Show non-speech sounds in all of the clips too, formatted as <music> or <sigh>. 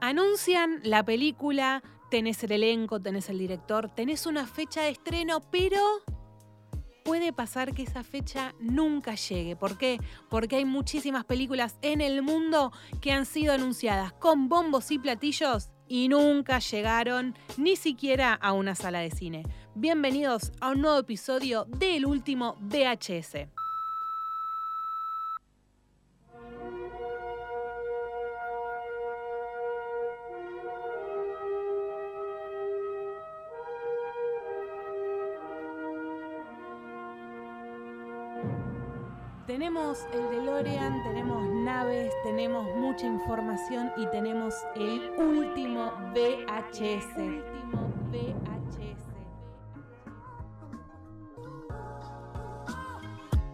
anuncian la película, tenés el elenco, tenés el director, tenés una fecha de estreno, pero puede pasar que esa fecha nunca llegue. ¿Por qué? Porque hay muchísimas películas en el mundo que han sido anunciadas con bombos y platillos y nunca llegaron ni siquiera a una sala de cine. Bienvenidos a un nuevo episodio del último VHS. Tenemos el DeLorean, tenemos naves, tenemos mucha información y tenemos el último VHS.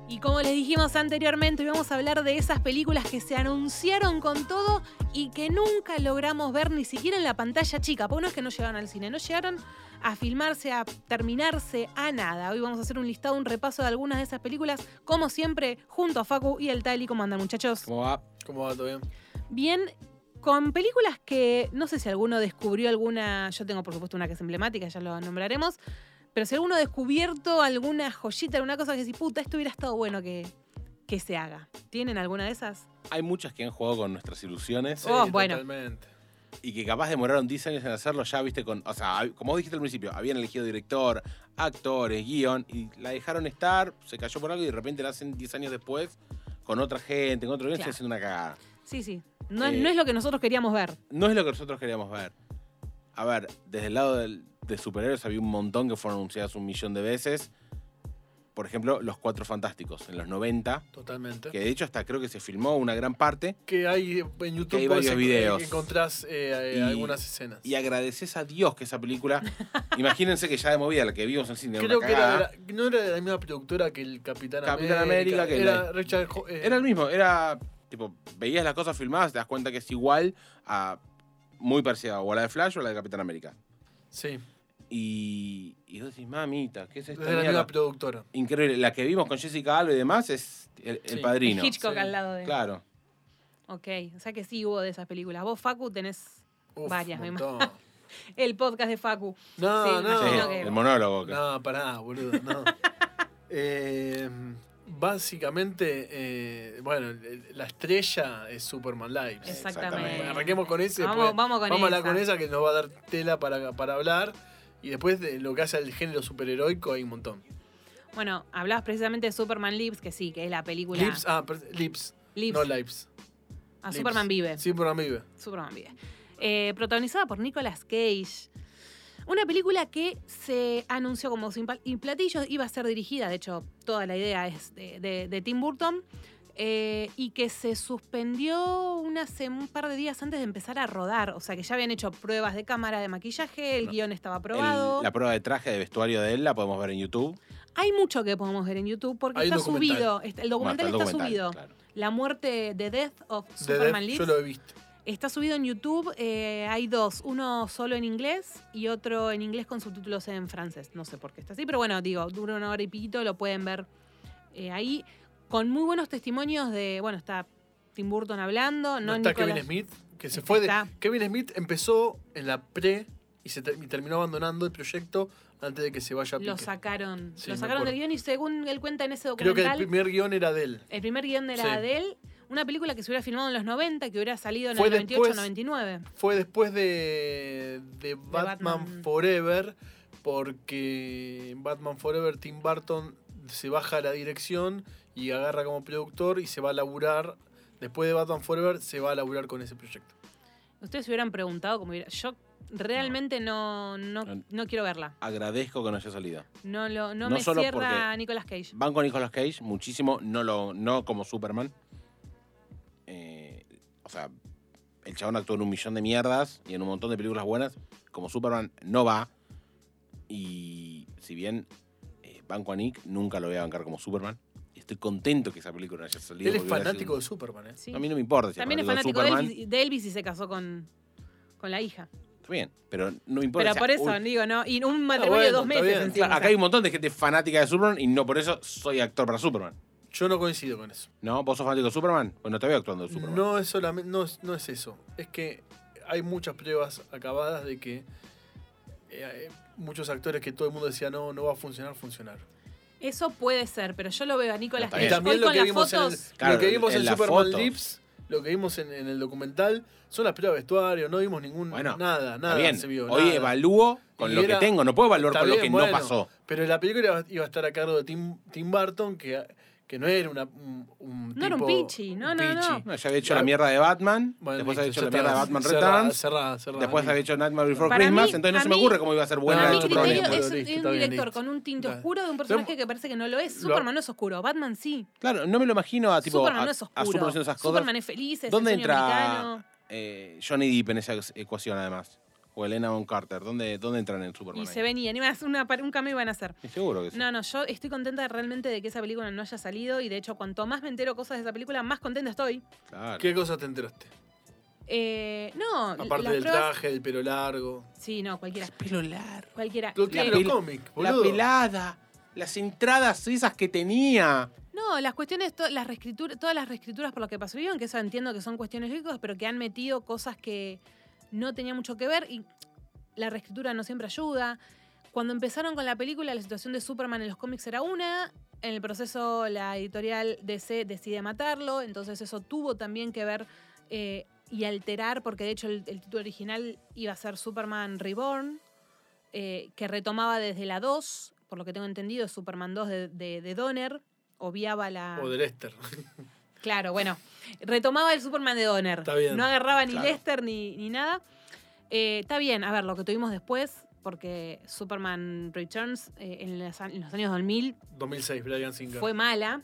Y como les dijimos anteriormente, hoy vamos a hablar de esas películas que se anunciaron con todo y que nunca logramos ver ni siquiera en la pantalla chica. Porque no es que no llegaron al cine, no llegaron a filmarse, a terminarse, a nada. Hoy vamos a hacer un listado, un repaso de algunas de esas películas, como siempre, junto a Facu y el Tali. ¿Cómo andan, muchachos? ¿Cómo va? ¿Cómo va? ¿Todo bien? Bien, con películas que no sé si alguno descubrió alguna, yo tengo por supuesto una que es emblemática, ya lo nombraremos, pero si alguno ha descubierto alguna joyita, alguna cosa que si puta, esto hubiera estado bueno que, que se haga. ¿Tienen alguna de esas? Hay muchas que han jugado con nuestras ilusiones Oh, bueno. Totalmente. y que capaz demoraron 10 años en hacerlo ya, viste, con. O sea, hab- como vos dijiste al principio, habían elegido director, actores, guión, y la dejaron estar, se cayó por algo y de repente la hacen 10 años después con otra gente, con otro guión, Claro. está haciendo una cagada. Sí, sí. No, es- Eh. no es lo que nosotros queríamos ver. No es lo que nosotros queríamos ver. A ver, desde el lado del- de superhéroes había un montón que fueron anunciadas un millón de veces. Por ejemplo, Los Cuatro Fantásticos, en los 90, Totalmente. que de hecho hasta creo que se filmó una gran parte. Que hay en YouTube Que hay podés varios enco- videos. encontrás eh, eh, Y- algunas escenas. Y agradeces a Dios que esa <laughs> película. Imagínense que ya de movida la que vimos en cine. era Creo una que era, cagada. de la- no era de la misma productora que el Capitán, Capitán América. América, que era la- Richard Ho- eh, era... el mismo, era. Tipo, veías las cosas filmadas, te das cuenta que es igual a. Muy parecida o a la de Flash o a la de Capitán América. Sí, Y. Y vos decís, mamita, ¿qué es de esta la misma mierda? productora. Increíble. La que vimos con Jessica Alba y demás es El, el Sí. Padrino. Hitchcock sí. al lado de. Claro. Ok, o sea que sí hubo de esas películas. Vos, Facu, tenés Uf, Varias, me montón. el podcast de Facu. No, <laughs> Sí, no. Sí, imagino que- el monólogo. que- No, pará, boludo, <laughs> no. Eh, básicamente, eh, bueno, la estrella es Superman Lives. Exactamente. Bueno, arranquemos con ese. Vamos, después vamos con vamos a hablar esa. con esa que nos va a dar tela para, para hablar. Y después de lo que hace el género superheroico hay un montón. Bueno, hablabas precisamente de Superman Lives, que sí, que es la película. Lips, ah, per- lips, Lives. no lives. a Lips. Ah, Superman vive. Superman vive. Superman vive. Eh, protagonizada por Nicolas Cage. Una película que se anunció como sin pal- y platillos, iba a ser dirigida, de hecho, toda la idea es de, de- de Tim Burton, eh, y que se suspendió una sem- un par de días antes de empezar a rodar. O sea, que ya habían hecho pruebas de cámara, de maquillaje, el No. guión estaba el- aprobado. la prueba de traje de vestuario de él la podemos ver en YouTube. Hay mucho que podemos ver en YouTube porque Hay un está documental. subido. está- El Bueno, documental el está subido. claro. La muerte de Death of De Superman Death, Lives. yo lo he visto. Está subido en YouTube, eh, hay dos, uno solo en inglés y otro en inglés con subtítulos en francés. No sé por qué está así, pero bueno, digo, dura una hora y piquito, lo pueden ver eh, ahí, con muy buenos testimonios de, bueno, está Tim Burton hablando, no, No está Nicolas- Kevin Smith, que se fue de. Está. Kevin Smith empezó en la pre y se ter- y terminó abandonando el proyecto antes de que se vaya a lo pique. sacaron, Sí, lo me sacaron del acuerdo. guión y según él cuenta en ese Creo que el documental, primer guión era de él. el primer guión de la Sí. Adele, una película que se hubiera filmado en los 90, que hubiera salido en Fue el 98 después- 99. Fue después de, de Batman, Batman. Forever, porque en Batman Forever Tim Burton se baja a la dirección y agarra como productor y se va a laburar. Después de Batman Forever se va a laburar con ese proyecto. Ustedes se hubieran preguntado, como hubiera- yo realmente no, no, No. no quiero verla. Agradezco que no haya salido. No, lo, no, No me solo cierra porque- Nicolas Cage. Van con Nicolas Cage muchísimo, no, lo, no como Superman. Eh, o sea, el chabón actuó en un millón de mierdas y en un montón de películas buenas. Como Superman no va. Y si bien eh, Banco a Nick, nunca lo voy a bancar como Superman. Y estoy contento que esa película no haya salido. Él es porque hubiera fanático sido- de Superman, ¿eh? Sí. A mí no me importa. Si También es fanático de Superman, Elvis, de Elvis y se casó con, con la hija. Está bien, pero no me importa. Pero o sea, por eso, un- digo, ¿no? Y Ah, un matrimonio de bueno, dos está meses bien. encima. Claro, acá hay un montón de gente fanática de Superman y no por eso soy actor para Superman. Yo no coincido con eso. ¿No? ¿Vos sos fanático de Superman? Pues no te veo actuando de Superman. No es solamente no es, no es eso. Es que hay muchas pruebas acabadas de que eh, muchos actores que todo el mundo decía no, no va a funcionar, funcionaron. Eso puede ser, pero yo lo veo a Nicolas Está Y bien. Cage también hoy lo con que, las vimos en el, fotos. Claro, lo que vimos en, en las Superman fotos. Lips, lo que vimos en, en el documental, son las pruebas de vestuario, no vimos ningún Bueno, nada, Está nada bien, se vio. hoy nada. evalúo con Y lo era- que tengo, no puedo evaluar Está con lo bien, que no bueno, pasó. Pero la película iba- iba a estar a cargo de Tim, Tim Burton, que, que no era una, un, un No era un tipo- pichi, no, no, no. pichi. No, ya había hecho Ya- la mierda de Batman, Bueno, después había listo, hecho la ya mierda de está. Batman Cerrada, Returns, cerrada, cerrada, después listo. había hecho Nightmare Before Para Christmas, mí- entonces no a se me mí- ocurre cómo iba a ser buena Para Bueno, mi de otro criterio problema. es, Listo, es está un bien, director listo. con un tinto Dale. oscuro de un personaje que parece que no lo es. Superman no es oscuro, Batman sí. Claro, no me lo imagino a Ah, tipo Superman a, no es a oscuro. Superman haciendo esas cosas. Superman es feliz, es ¿Dónde el sueño americano. entra eh, Johnny Depp en esa ecuación además? O Elena Von Carter, ¿dónde, dónde entran en Superman? Y ahí? se venían, iban a hacer una par- un cambio iban a hacer. Y Seguro que sí. No, no, yo estoy contenta realmente de que esa película no haya salido y de hecho cuanto más me entero cosas de esa película, más contenta estoy. Claro. ¿Qué cosas te enteraste? Eh, no, Aparte las del pruebas- traje, del pelo largo. Sí, no, cualquiera. pelo largo. Cualquiera. Lo Eh, tiene La en los pel- cómics, La boludo. pelada. Las entradas esas que tenía. No, las cuestiones, to- las reescrituras, todas las reescrituras por lo que pasó vieron, que eso entiendo que son cuestiones lógicas, pero que han metido cosas que no tenía mucho que ver y la reescritura no siempre ayuda. Cuando empezaron con la película, la situación de Superman en los cómics era una, en el proceso la editorial DC decide matarlo, entonces eso tuvo también que ver eh, y alterar, porque de hecho el, el título original iba a ser Superman Reborn, eh, que retomaba desde la 2, por lo que tengo entendido, Superman 2 de, de, de Donner, obviaba la... O de <laughs> Lester. Claro, bueno. Retomaba el Superman de Donner. Está bien. No agarraba ni Claro. Lester ni, ni nada. Eh, está bien, a ver, lo que tuvimos después, porque Superman Returns eh, en, las an- en los años 2000 2006, Brian Singer. fue mala.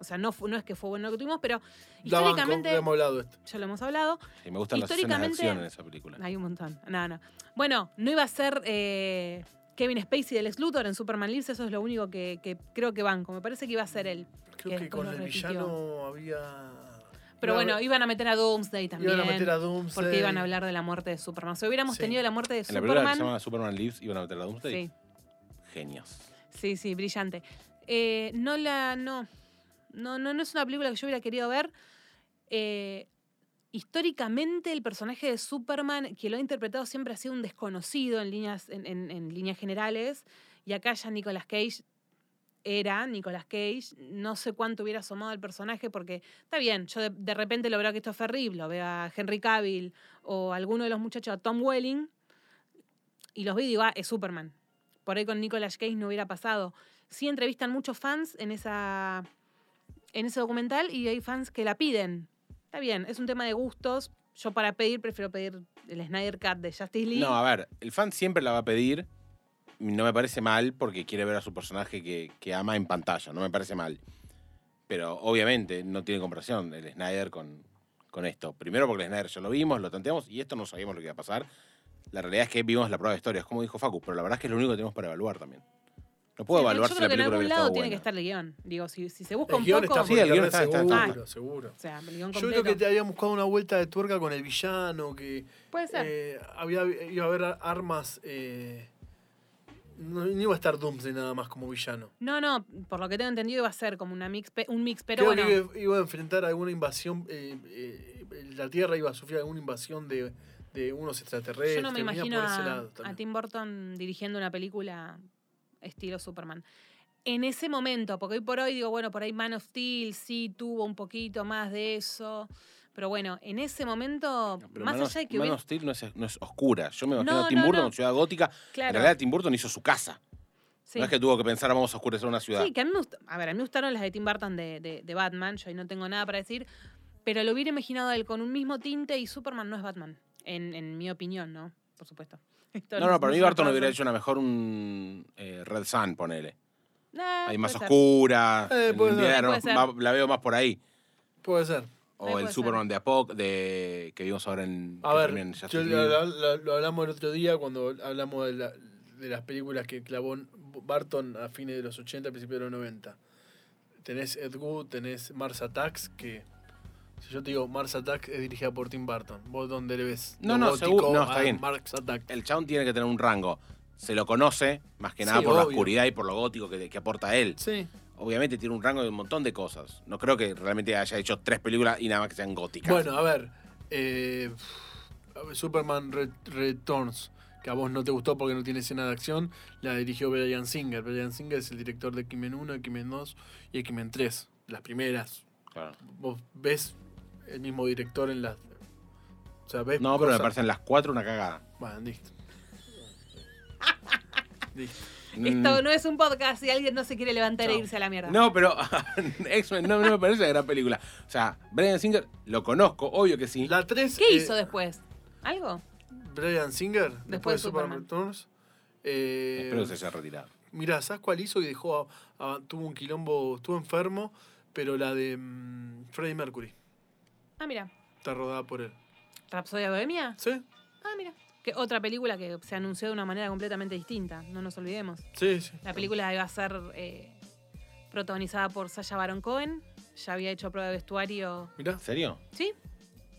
O sea, no, fu- no es que fue bueno lo que tuvimos, pero La banco, históricamente, hemos hablado de esto. ya lo hemos hablado, Sí, me gustan las escenas de Históricamente- acción en esa película. hay un montón. No, no. Bueno, no iba a ser eh, Kevin Spacey del Lex Luthor en Superman Lives, eso es lo único que, que creo que banco. Me parece que iba a ser él. Creo que después Este con lo el repitió. villano había. Pero iba a- bueno, iban a meter a Doomsday también. iban a meter a Doomsday. Porque iban a hablar de la muerte de Superman. Si hubiéramos Sí. tenido la muerte de En la película que Superman. se llama Superman Lives iban a meter la Doomsday. sí, Genios. sí, sí, brillante. Eh, no la. No, no, no, no es una película que yo hubiera querido ver. Eh, históricamente, el personaje de Superman, que lo ha interpretado siempre ha sido un desconocido en líneas, en, en- en líneas generales. Y acá ya Nicolas Cage era Nicolas Cage. No sé cuánto hubiera asomado el personaje, porque está bien, yo de, de repente lo veo a Christopher Reeve, lo veo a Henry Cavill o a alguno de los muchachos, a Tom Welling, y los vi y digo, ah, es Superman. Por ahí con Nicolas Cage no hubiera pasado. Sí entrevistan muchos fans en, esa, en ese documental y hay fans que la piden. Está bien, es un tema de gustos. Yo para pedir prefiero pedir el Snyder Cut de Justice League. No, a ver, el fan siempre la va a pedir. No me parece mal porque quiere ver a su personaje que, que ama en pantalla. No me parece mal. Pero obviamente no tiene comparación el Snyder con, con esto. Primero porque el Snyder ya lo vimos, lo tanteamos y esto no sabíamos lo que iba a pasar. La realidad es que vimos la prueba de historias, como dijo Facu, pero la verdad es que es lo único que tenemos para evaluar también. No puedo Sí, pero yo evaluar si creo la que en película algún hubiera lado estado tiene que buena. estar el guión. Digo, si, si se busca El un guión poco. Ah, está Sí, por el guión internet, está- está- seguro, seguro. O sea, el guión Yo completo. creo que te habían buscado una vuelta de tuerca con el villano, que Puede ser. eh, había, iba a haber a- armas. eh, no, no iba a estar Doomsday nada más como villano. No, no, por lo que tengo entendido iba a ser como una mix, pe- un mix, pero Creo bueno. que iba- iba a enfrentar alguna invasión. eh, eh, la Tierra iba a sufrir alguna invasión de, de unos extraterrestres. Yo no me venía imagino eh, por ese a, lado a también. Tim Burton dirigiendo una película estilo Superman. En ese momento, porque hoy por hoy digo, bueno, por ahí Man of Steel sí tuvo un poquito más de eso, pero bueno, en ese momento, Pero más Man of- allá de que Man hubiera... of Steel no es, no es oscura. Yo me imagino No, a Tim no, Burton no. en Ciudad Gótica. En Claro, realidad Tim Burton hizo su casa. sí. No es que tuvo que pensar vamos a oscurecer una ciudad. Sí, que a mí me gust- A ver, a mí me gustaron las de Tim Burton de, de- de Batman, yo ahí no tengo nada para decir, pero lo hubiera imaginado a él con un mismo tinte y Superman no es Batman, en, en mi opinión, ¿no? Por supuesto. <laughs> Esto No, no, para mí se me Barton pasa. hubiera hecho una mejor un eh, Red Sun, ponele. Nah, Ahí más Ah, puede ser. oscura, Eh, el puede ser. invierno, Puede ser. va- la veo más por ahí. Puede ser. Ahí O el puede Superman de Apoc, de que vimos ahora en... A que ver, también en yo Justice League. lo, lo- lo- lo hablamos el otro día cuando hablamos de, la- de las películas que clavó Barton a fines de los 80, principios de los 90. Tenés Ed Wood, tenés Mars Attacks, que si yo te digo Mars Attacks es dirigida por Tim Burton. ¿Vos dónde le ves? No, Lo no, gótico seguro- no, está a bien. Mars Attacks. El chabón tiene que tener un rango. Se lo conoce, más que nada Sí, por la obvio. oscuridad y por lo gótico que, que aporta él. Sí. Obviamente tiene un rango de un montón de cosas. No creo que realmente haya hecho tres películas y nada más que sean góticas. Bueno, a ver. eh, Superman Re- Returns, que a vos no te gustó porque no tiene escena de acción, la dirigió Brian Singer. Brian Singer es el director de X-Men 1, X-Men 2 y X-Men 3, las primeras. Claro. Vos ves el mismo director en las... O sea, ves No, pero me cosas- parecen las cuatro una cagada. Bueno, listo. <laughs> Listo. Esto Mm. no es un podcast si alguien no se quiere levantar e No. irse a la mierda. No, pero <laughs> X-Men no, no me parece una gran película. O sea, Brian Singer lo conozco, obvio que sí. La 3... eh, ¿Qué hizo después? ¿Algo? Brian Singer, después, Después de Superman, Superman. Returns. Eh, Espero que se haya retirado. Mirá, ¿sabes cuál hizo? Y dejó a- a- tuvo un quilombo, estuvo enfermo, pero la de mm, Freddie Mercury. Ah, mira. Está rodada por él. ¿Rapsodia Bohemia? ¿Sí? Ah, mira. Que otra película que se anunció de una manera completamente distinta, no nos olvidemos. Sí, sí. La película iba a ser eh, protagonizada por Sasha Baron Cohen. Ya había hecho prueba de vestuario. Mirá. ¿En serio? ¿Sí?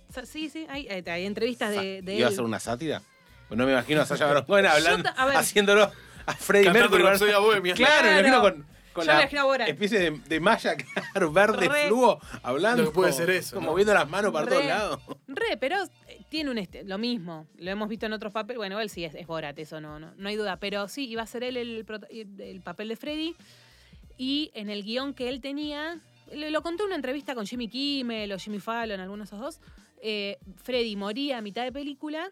Sa- Sí, sí, hay, hay- hay entrevistas de, de ¿Iba a él. ser una sátira? Pues no me imagino a Sasha Baron Cohen hablando, ta- a ver. haciéndolo a Freddie Cantando Mercury. Rhapsody of Bohemia. Claro, me imagino Claro. con, con Yo me la imagino ahora. especie de, de malla, <laughs> claro, verde Re. fluo, hablando. Lo que puede ser eso, como ¿no? Moviendo las manos para Re. todos lados. Re, pero eh, tiene un este- lo mismo. Lo hemos visto en otros papeles. Bueno, él sí es, es Borat, eso no, no, no hay duda. Pero sí, iba a ser él el, prota- el papel de Freddy. Y en el guión que él tenía, le- lo contó en una entrevista con Jimmy Kimmel o Jimmy Fallon, alguno de esos dos. eh, Freddy moría a mitad de película.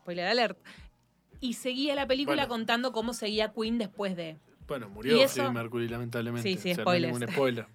Spoiler alert. Y seguía la película Bueno. contando cómo seguía Queen después de. Bueno, ¿Y murió eso? Freddie Mercury, lamentablemente. Sí, sí, O sea, no hay spoilers. ningún spoiler.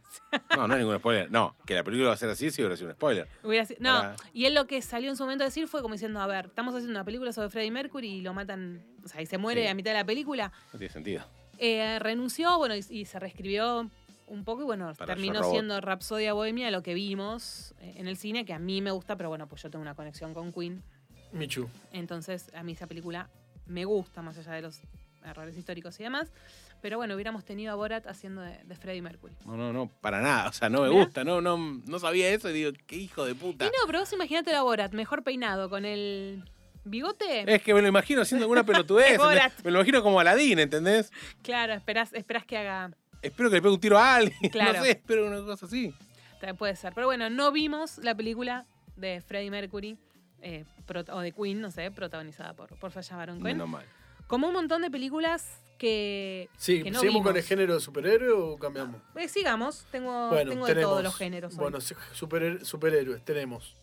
No, no hay ningún spoiler. No, que la película va a ser así, sí, hubiera sido un spoiler. Hubiera sido- no, Para- y él lo que salió en su momento a decir fue como diciendo, a ver, estamos haciendo una película sobre Freddie Mercury y lo matan, o sea, y se muere Sí. a mitad de la película. No tiene sentido. Eh, renunció, bueno, y, y se reescribió un poco y bueno, Para terminó Yo, Robot. siendo Rapsodia Bohemia, lo que vimos eh, en el cine, que a mí me gusta, pero bueno, pues yo tengo una conexión con Queen. Michu. Entonces, a mí esa película me gusta, más allá de los errores históricos y demás. Pero bueno, hubiéramos tenido a Borat haciendo de, de Freddie Mercury. No, no, no, para nada. O sea, no me Mirá. gusta. No, no, no sabía eso y digo, qué hijo de puta. Y no, pero vos imaginate a Borat, mejor peinado, con el bigote. Es que me lo imagino haciendo alguna <laughs> pelotudez. Borat. ¿entendés? me lo imagino como Aladín, ¿entendés? Claro, esperás, esperás que haga. Espero que le pegue un tiro a alguien. <laughs> Claro. No sé, espero una cosa así. ta- Puede ser. Pero bueno, no vimos la película de Freddie Mercury eh, prot- o de Queen, no sé, protagonizada por, por Sasha Baron Cohen. Menos mal. Como un montón de películas que, Sí, que no ¿seguimos vimos. con el género de superhéroe o cambiamos? Eh, sigamos, tengo, bueno, tengo de tenemos. todos los géneros. hoy. Bueno, sí, superher- superhéroes, tenemos.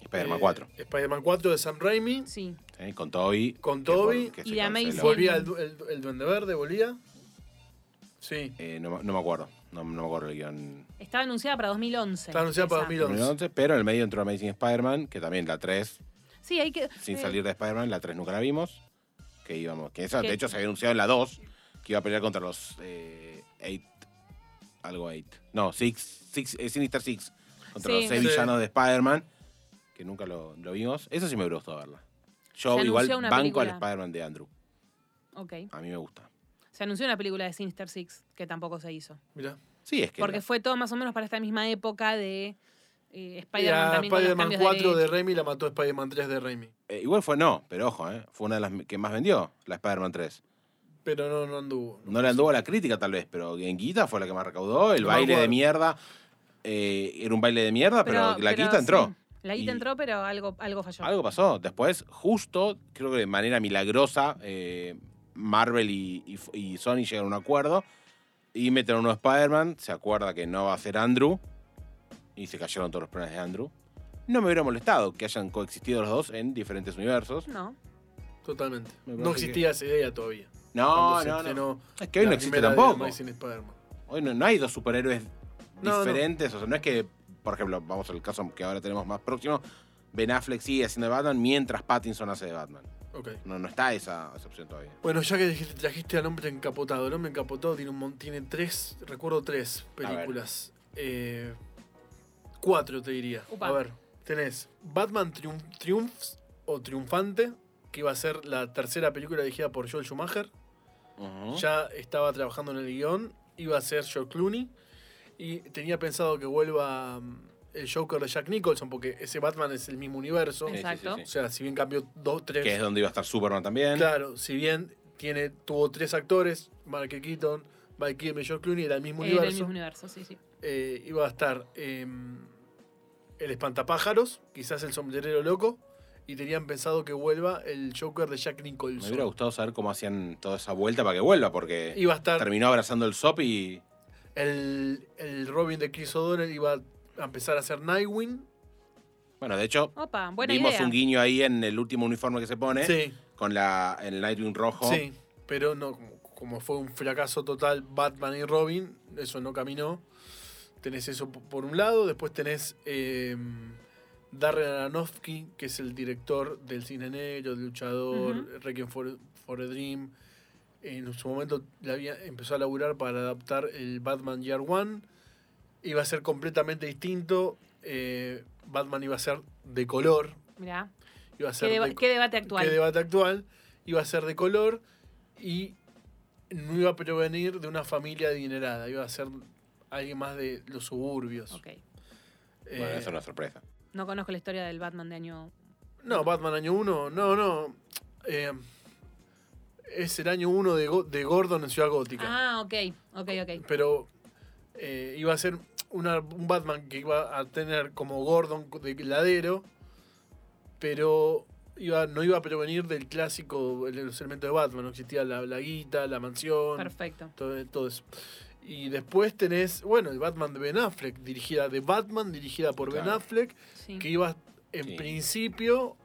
Spider-Man eh, 4. Spider-Man 4 de Sam Raimi. Sí. ¿sí? Con Toby. Con Toby. que Y se de canceló. Amazing. Volvía el, du- el- el Duende Verde, volvía. Sí. Eh, no, me- no me acuerdo. No, no me acuerdo el guión. Estaba anunciada para 2011. Está anunciada para esa. 2011. 2011, pero en el medio entró Amazing Spider-Man, que también la 3, Sí, hay que. sin eh, salir de Spider-Man, la 3 nunca la vimos. Que íbamos. Que esa, Que- de hecho, se había anunciado en la 2, que iba a pelear contra los 8. algo 8. No, Six, Six, eh, Sinister Six. Contra Sí. los 6 Sí. villanos de Spider-Man, que nunca lo, lo vimos. Eso sí me gustó verla. Yo Se igual anunció una banco al película. Spider-Man de Andrew. Ok. A mí me gusta. Se anunció una película de Sinister Six que tampoco se hizo. Mirá. Sí, es que. Porque la- fue todo más o menos para esta misma época de eh, Spider-Man Era también con los Spider-Man cambios 4 de derecho. Raimi la mató Spider-Man 3 de Raimi. eh, igual fue no, pero ojo, eh, fue una de las que más vendió, la Spider-Man 3. Pero no, no anduvo. No le anduvo a la crítica tal vez, pero en Guita fue la que más recaudó. El No me baile de acuerdo. mierda. eh, era un baile de mierda, <laughs> pero, la pero Guita entró. sí, la guita Y- entró, pero algo, algo falló. Algo pasó. Después, justo, creo que de manera milagrosa, eh, Marvel y, y F- y Sony llegan a un acuerdo y meten a uno Spider-Man. Se acuerda que no va a ser Andrew y se cayeron todos los planes de Andrew. No me hubiera molestado que hayan coexistido los dos en diferentes universos. No. Totalmente. Me No parece existía esa idea todavía. No, Cuando se no, no. estrenó Es que hoy la no existe primera de tampoco. Amazing Spider-Man. Hoy no, no hay dos superhéroes No, no. diferentes. O sea, no es que, por ejemplo, vamos al caso que ahora tenemos más próximo. Ben Affleck sigue haciendo de Batman mientras Pattinson hace de Batman. Ok. No, no está esa, esa opción todavía. Bueno, ya que dijiste- trajiste al hombre encapotado, el hombre encapotado tiene, un, mon- tiene tres, recuerdo tres películas. Eh, cuatro te diría. Upa. A ver, tenés Batman Triunf- Triumphs o Triunfante, que iba a ser la tercera película dirigida por Joel Schumacher. Ujú. Ya estaba trabajando en el guión, iba a ser Joe Clooney. Y tenía pensado que vuelva mm, el Joker de Jack Nicholson, porque ese Batman es el mismo universo. Sí, sí, sí, Exacto. sí. O sea, si bien cambió dos, tres. Que es donde iba a estar Superman también. Claro, si bien tiene, tuvo tres actores, Mark Keaton, Mike Kimmel y George Clooney, era el mismo Era el universo. Eh, mismo universo, sí, sí. em, eh, iba a estar eh, el espantapájaros, quizás el sombrerero loco, y tenían pensado que vuelva el Joker de Jack Me hubiera Nicholson. gustado saber cómo hacían toda esa vuelta para que vuelva, porque Iba a estar terminó abrazando el SOP y. el, el Robin de Chris O'Donnell, iba a empezar a ser Nightwing. Bueno, de hecho, Opa, buena vimos idea. un guiño ahí en el último uniforme que se pone, Sí, con la, el Nightwing rojo. sí, pero no, como, como fue un fracaso total Batman y Robin, eso no caminó. Tenés eso p- por un lado, después tenés eh, Darren Aronofsky, que es el director del cine negro, del luchador, Ujú. Requiem for, for a Dream. En su momento la había, empezó a laburar para adaptar el Batman Year One. Iba a ser completamente distinto. eh, Batman iba a ser de color. Mirá, Iba a qué, ser deba- de- qué debate actual. que debate actual iba a ser de color y no iba a provenir de una familia adinerada, iba a ser alguien más de los suburbios. Ok. Eh, Bueno, eso es una sorpresa. No conozco la historia del Batman de año. No, Batman año 1, no, no. eh, es el año 1 de, Go- de Gordon en Ciudad Gótica. Ah, ok, ok, ok. Pero eh, iba a ser una- un Batman que iba a tener como Gordon de ladero, pero iba, no iba a provenir del clásico, el, los elementos de Batman. No existía la, la guita, la mansión. Perfecto. todo, todo eso. Y después tenés, bueno, el Batman de Ben Affleck, dirigida de Batman, dirigida por Ben Claro. Affleck, Sí. que iba, en Sí. principio,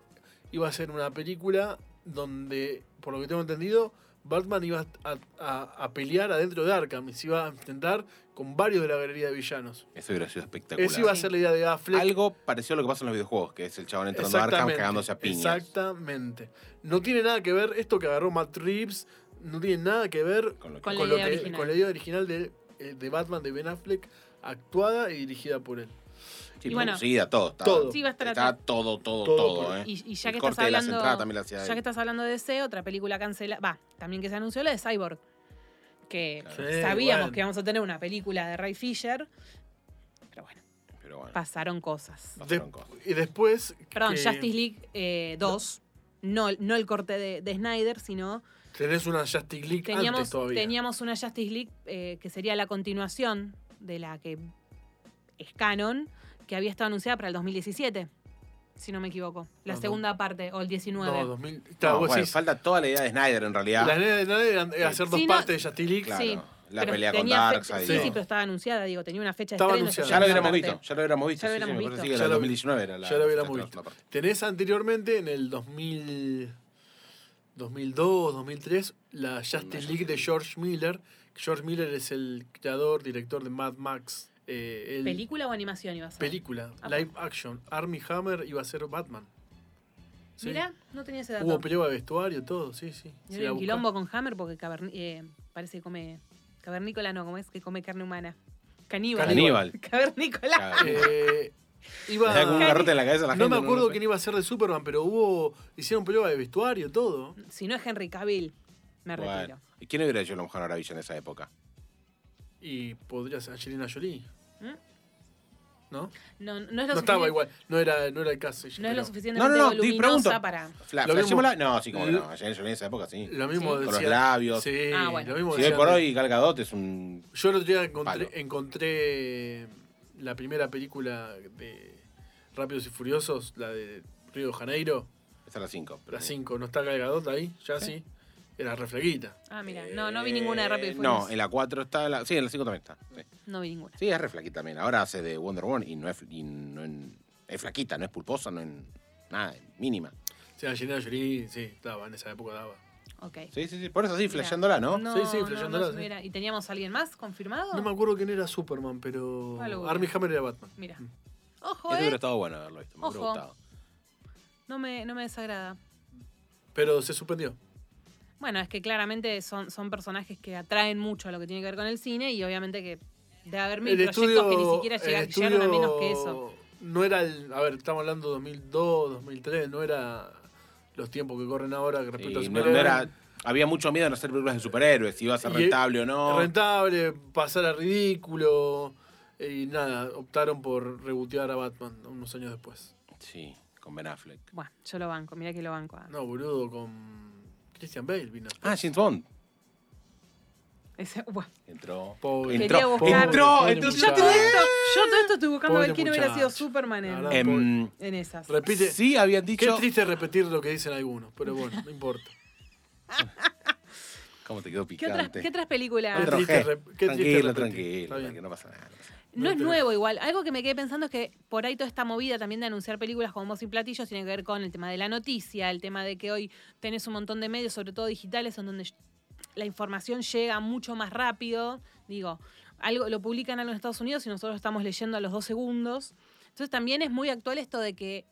iba a ser una película donde, por lo que tengo entendido, Batman iba a, a- a pelear adentro de Arkham y se iba a enfrentar con varios de la galería de villanos. Eso hubiera sido espectacular. Esa iba a Sí. ser la idea de Affleck. Algo parecido a lo que pasa en los videojuegos, que es el chabón entrando a Arkham cagándose a piñas. Exactamente. No tiene nada que ver esto que agarró Matt Reeves, no tiene nada que ver Con lo que- Con la con, lo idea que- original. con la idea original de, eh, de Batman de Ben Affleck, actuada y dirigida por él. Sí, Y bueno. producida, todo. Está, Todo. Sí, va a estar está atrás. todo, todo, Todo todo. por- eh. Y, y ya El que corte estás de las entradas hablando. también la hacía Ya él. que estás hablando de DC, otra película cancela. Va, también que se anunció la de Cyborg. Que Claro. Sí, sabíamos bueno. que íbamos a tener una película de Ray Fisher. Pero bueno, Pero bueno, pasaron cosas. pasaron De- cosas. Y después. Perdón, que Justice League eh, 2. No, no el corte de, de Snyder, sino Tenés una Justice League antes teníamos, todavía. teníamos una Justice League eh, que sería la continuación de la que es canon, que había estado anunciada para el 2017, si no me equivoco. La Ah, No, segunda parte, o el 19. No, 2000. Claro, No, vos bueno, decís, falta toda la idea de Snyder en realidad. La idea de Snyder era- era hacer Sí, dos no- partes de Justice League. claro. sí, la Pero pelea con tenía fe- Sí, Darkseid. todo. sí, pero estaba anunciada, digo, tenía una fecha de Estaba estreno, esa anunciada. Ya segunda lo hubiéramos parte. visto, ya lo hubiéramos visto. Ya lo sí, sí, hubiéramos me parece visto. que era Ya el lo- 2019 era la, ya lo hubiéramos la- la visto. parte. Tenés anteriormente, en el 2000, 2002, 2003, la Justice League de George Miller. George Miller es el creador, director de Mad Max. Eh, él- ¿Película o animación iba a ser? película, Ah, live action. Army Hammer iba a ser Batman. Sí. Mirá, no tenía ese dato. Hubo prueba de vestuario, todo, sí, sí. Y Sí, era la un buscá. quilombo con Hammer porque caverni- eh, parece que come. Cavernícola no, como es que come carne humana. Caníbal. Caníbal. <laughs> Cavernícola. Eh, iba- Le da como un garrote en la cabeza a la no gente, me acuerdo lo sé. quién iba a ser de Superman, pero hubo. Hicieron prueba de vestuario, todo. Si no es Henry Cavill, me Bueno, retiro. ¿y ¿Quién hubiera hecho la Mujer Maravilla en esa época? Y podría ser Angelina Jolie. ¿Mm? ¿No? No, no es lo No estaba suficiente- igual, no era, no era el No caso. es pero lo suficientemente No, no, no, di- voluminosa pregunto. para. Fla, Lo mismo- flashémosla- No, sí, como que lo- no. Angelina Jolie en esa época, sí. Lo mismo Sí. decía. Con los labios. Sí, Ah, bueno. lo mismo Si hoy decía- por hoy Gal Gadot es un... Yo el otro día encontré, Palo. encontré la primera película de Rápidos y Furiosos, la de Río de Janeiro, Esa es la 5. la 5. ¿No está Gal Gadot ahí? Ya sí. Era refleguita. Ah, mira, no, no vi ninguna de Rapid Eh, No, en la 4 está... La... Sí, en la 5 también está. Sí. No vi ninguna. Sí, es re flaquita también. Ahora hace de Wonder Woman y no es, y no en- es flaquita, no es pulposa, no es nada, es mínima. Sí, Angelina Jolie, sí, estaba en esa época daba. Ok. Sí, sí, sí. Por eso sí, flasheándola, ¿no? No, Sí, sí, no, flasheándola, no se sí. hubiera- ¿Y teníamos a alguien más confirmado? No me acuerdo quién era Superman, pero. Ah, lo busco. Armie Hammer era Batman. Mira. Mm. Ojo, Eso eh. hubiera estado bueno haberlo visto, me hubiera Ojo. gustado. No me, no me desagrada. Pero se suspendió. Bueno, es que claramente son, son personajes que atraen mucho a lo que tiene que ver con el cine y obviamente que debe haber mil el proyectos estudio. que ni siquiera el llega- estudio llegaron a menos que eso. No era el. A ver, estamos hablando de 2002, 2003, no era los tiempos que corren ahora que respecto Y a no- no superhéroes. era- había mucho miedo en hacer películas de superhéroes, si iba a ser Y- rentable o no. Rentable, pasar a ridículo. Y nada, optaron por rebotear a Batman unos años después. Sí, con Ben Affleck. Bueno, yo lo banco, mira que lo banco. a- No, boludo, con. Christian Bale vino. Ah, James Bond. Ese- bueno. Entró. Pobre. Quería Entró. buscar- Entró. Pobre Entonces Yo yo muchacho. todo, te- esto, yo todo esto estoy buscando a ver Pobre quién hubiera sido muchacho. Superman La en, verdad. Em, en esas. Repite. sí, habían Qué dicho. triste repetir lo que dicen algunos, pero bueno, no <laughs> importa. ¿Cómo te quedó ¿Qué otras, picante? qué otras películas? Qué Otro triste G. rep- qué triste Tranquilo, repetir. tranquilo, Está bien. tranquilo, no pasa nada. no pasa nada. No es te- nuevo igual. Algo que me quedé pensando es que por ahí toda esta movida también de anunciar películas como voz y platillos tiene que ver con el tema de la noticia, el tema de que hoy tenés un montón de medios, sobre todo digitales, en donde la información llega mucho más rápido. Digo, algo lo publican algo en Estados Unidos y nosotros estamos leyendo a los dos segundos. Entonces también es muy actual esto de que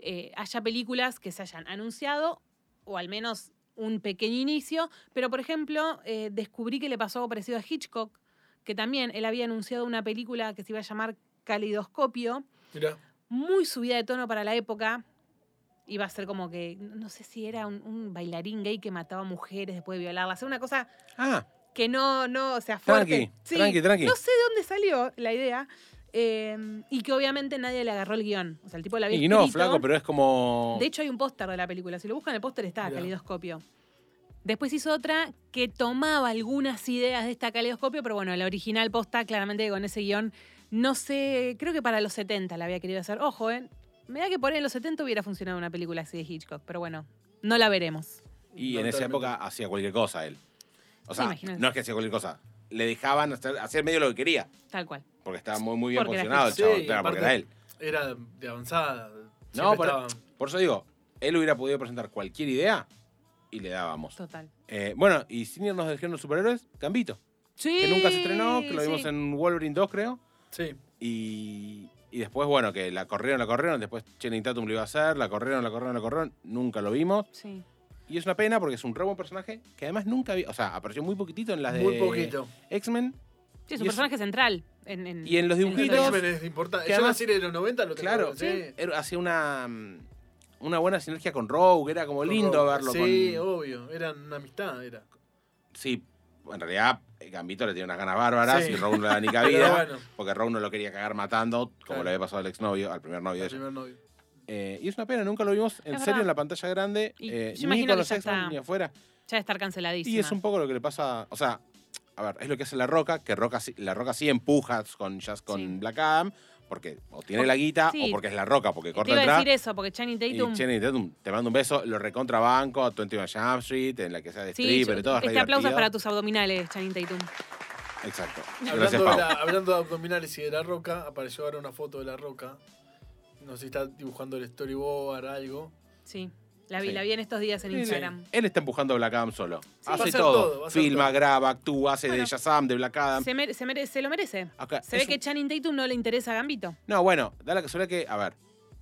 eh, haya películas que se hayan anunciado o al menos un pequeño inicio. Pero, por ejemplo, eh, descubrí que le pasó algo parecido a Hitchcock, que también él había anunciado una película que se iba a llamar Calidoscopio, Mirá, muy subida de tono para la época. Iba a ser como que, no sé si era un, un bailarín gay que mataba mujeres después de violarlas. Era una cosa Ah, que no, no, o sea, fuerte. tranqui, tranqui, tranqui. No sé de dónde salió la idea. eh, y que obviamente nadie le agarró el guión. O sea, el tipo la había Y no, escrito. flaco, pero es como. De hecho, hay un póster de la película. Si lo buscan, el póster está, Mirá. Calidoscopio. Después hizo otra que tomaba algunas ideas de esta Calidoscopio, pero bueno, la original posta, claramente con ese guión, no sé, creo que para los 70 la había querido hacer. Ojo, ¿eh? Me da que por ahí en los 70 hubiera funcionado una película así de Hitchcock, pero bueno, no la veremos. Y en esa Totalmente. época hacía cualquier cosa él. O sea, imagínate. no es que hacía cualquier cosa. Le dejaban hacer, hacer medio lo que quería. Tal cual. Porque estaba muy, muy bien Porque era posicionado el Jesús. chavo. Sí, claro, porque era aparte- él. era de avanzada. No, Siempre pero- estaban- Por eso digo, él hubiera podido presentar cualquier idea y le dábamos. Total. Eh, bueno, y sin irnos del género de superhéroes, Gambito. Sí. Que nunca se estrenó, que lo vimos sí. en Wolverine 2, creo. Sí, Y, y después, bueno, que la corrieron, la corrieron. Después Channing Tatum lo iba a hacer, la corrieron, la corrieron, la corrieron. Nunca lo vimos. Sí. Y es una pena porque es un re buen personaje que además nunca vi. O sea, apareció muy poquitito en las de muy poquito. X-Men. Sí, es Y un es- personaje central. En, en- Y en los la dibujitos, historia. X-Men es importante. que Yo además- nací en los 90, lo tengo Claro, sí. era- hacía una, mm, una buena sinergia con Rogue. Era como lindo verlo Sí, uh. con. obvio. Eran una amistad, era. Sí, en realidad eh, Gambito le tiene unas ganas bárbaras Sí. y Rogue no le da ni <laughs> Pero cabida. bueno, Porque Rogue no lo quería cagar matando, como Claro. le había pasado al exnovio, al primer novio de el ella. primer novio. Eh, y es una pena, nunca lo vimos en Es serio en verdad. la pantalla grande, Y eh, yo ni imagino con que los ya X-Men está ni afuera. Ya de estar canceladísimo. Y es un poco lo que le pasa, o sea, a ver, es lo que hace La Roca, que Roca sí- La Roca sí empuja con, ya con Sí. Black Adam, porque o tiene la guita sí. o porque es La Roca, porque Te corta iba a atrás. decir eso, porque Channing Y Tatum... Channing Tatum, te mando un beso, lo recontrabanco, 21 Jump Street, en la que sea de Sí, stripper y todo. es re este aplauso es divertido. para tus abdominales, Channing Tatum. Exacto. <laughs> Gracias, Hablando de, Pau. la- hablando de abdominales y de la roca, apareció ahora una foto de la roca. No sé si está dibujando el storyboard, algo. Sí, la vi, Sí. la vi en estos días en Sí, Instagram. Él está empujando a Black Adam solo. va a hace hacer todo. todo, va a hacer Filma, todo. graba, actúa, hace de Bueno. Shazam, de Black Adam. Se, mere- se mere- se lo merece. Acá, Se es ve que un- Channing Tatum no le interesa a Gambito. No, bueno, da la casualidad que, a ver,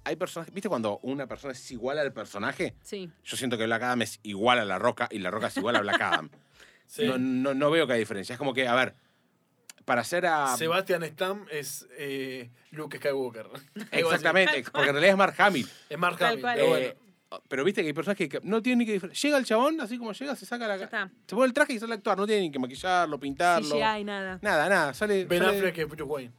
hay personajes. ¿Viste cuando una persona es igual al personaje? Sí. Yo siento que Black Adam es igual a La Roca y La Roca es igual a Black Adam. <laughs> Sí. no, no, no veo que hay diferencia. Es como que, a ver, para hacer a. Sebastian Stam es eh, Luke Skywalker. <laughs> Exactamente, porque en realidad es Mark Hamill. Es Mark Tal Hamill. cual. <laughs> pero bueno. Eh, pero viste que hay personajes que no tienen ni que diferenciar. Llega el chabón, así como llega, se saca Ya la. está. Se pone el traje y sale a actuar. No tiene ni que maquillarlo, pintarlo. CGI, nada. Nada, nada. Sale. ben sale- Affleck es Bruce Wayne.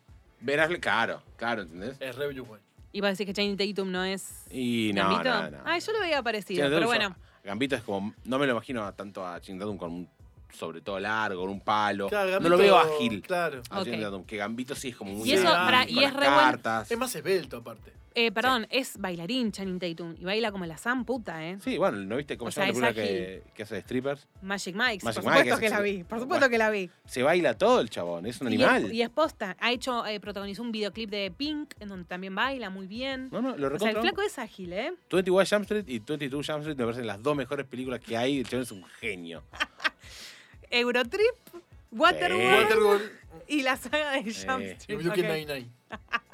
Ben Affleck, claro, claro, ¿entendés? Es re Bruce Wayne. Iba a decir que Channing Tatum no es Y no, Gambito. no, no. Ah, yo lo veía Sí, parecido, Tatum pero yo- bueno. Gambito es como. No me lo imagino a- tanto a Channing Tatum con un sobre todo largo, con un palo. Claro, no Gambito- lo veo ágil. Claro. A Channing Ok. Tatum, que Gambito sí es como muy. Y eso, ágil, pará, con y es las re buen- cartas. Es más esbelto, aparte. Eh, perdón, es bailarín Channing Tatum y baila como la Sam puta, ¿eh? Sí, bueno, ¿no viste cómo O se llama sea, la es película que, que hace de strippers? Magic Mike, por Magic supuesto Mike es que la excelente. vi, por supuesto que la vi. Se baila todo el chabón, es un Y es- animal. Y es posta, ha hecho, eh, protagonizó un videoclip de Pink en donde también baila muy bien. No, o no, lo sea, el recontra. flaco es ágil, ¿eh? 21 Jump Street y 22 Jump Street me parecen las dos mejores películas que hay. El chabón es un genio. Eurotrip, Waterworld Waterworld y la saga de Jump Eh, y Street. Brooklyn ok. Nine-Nine.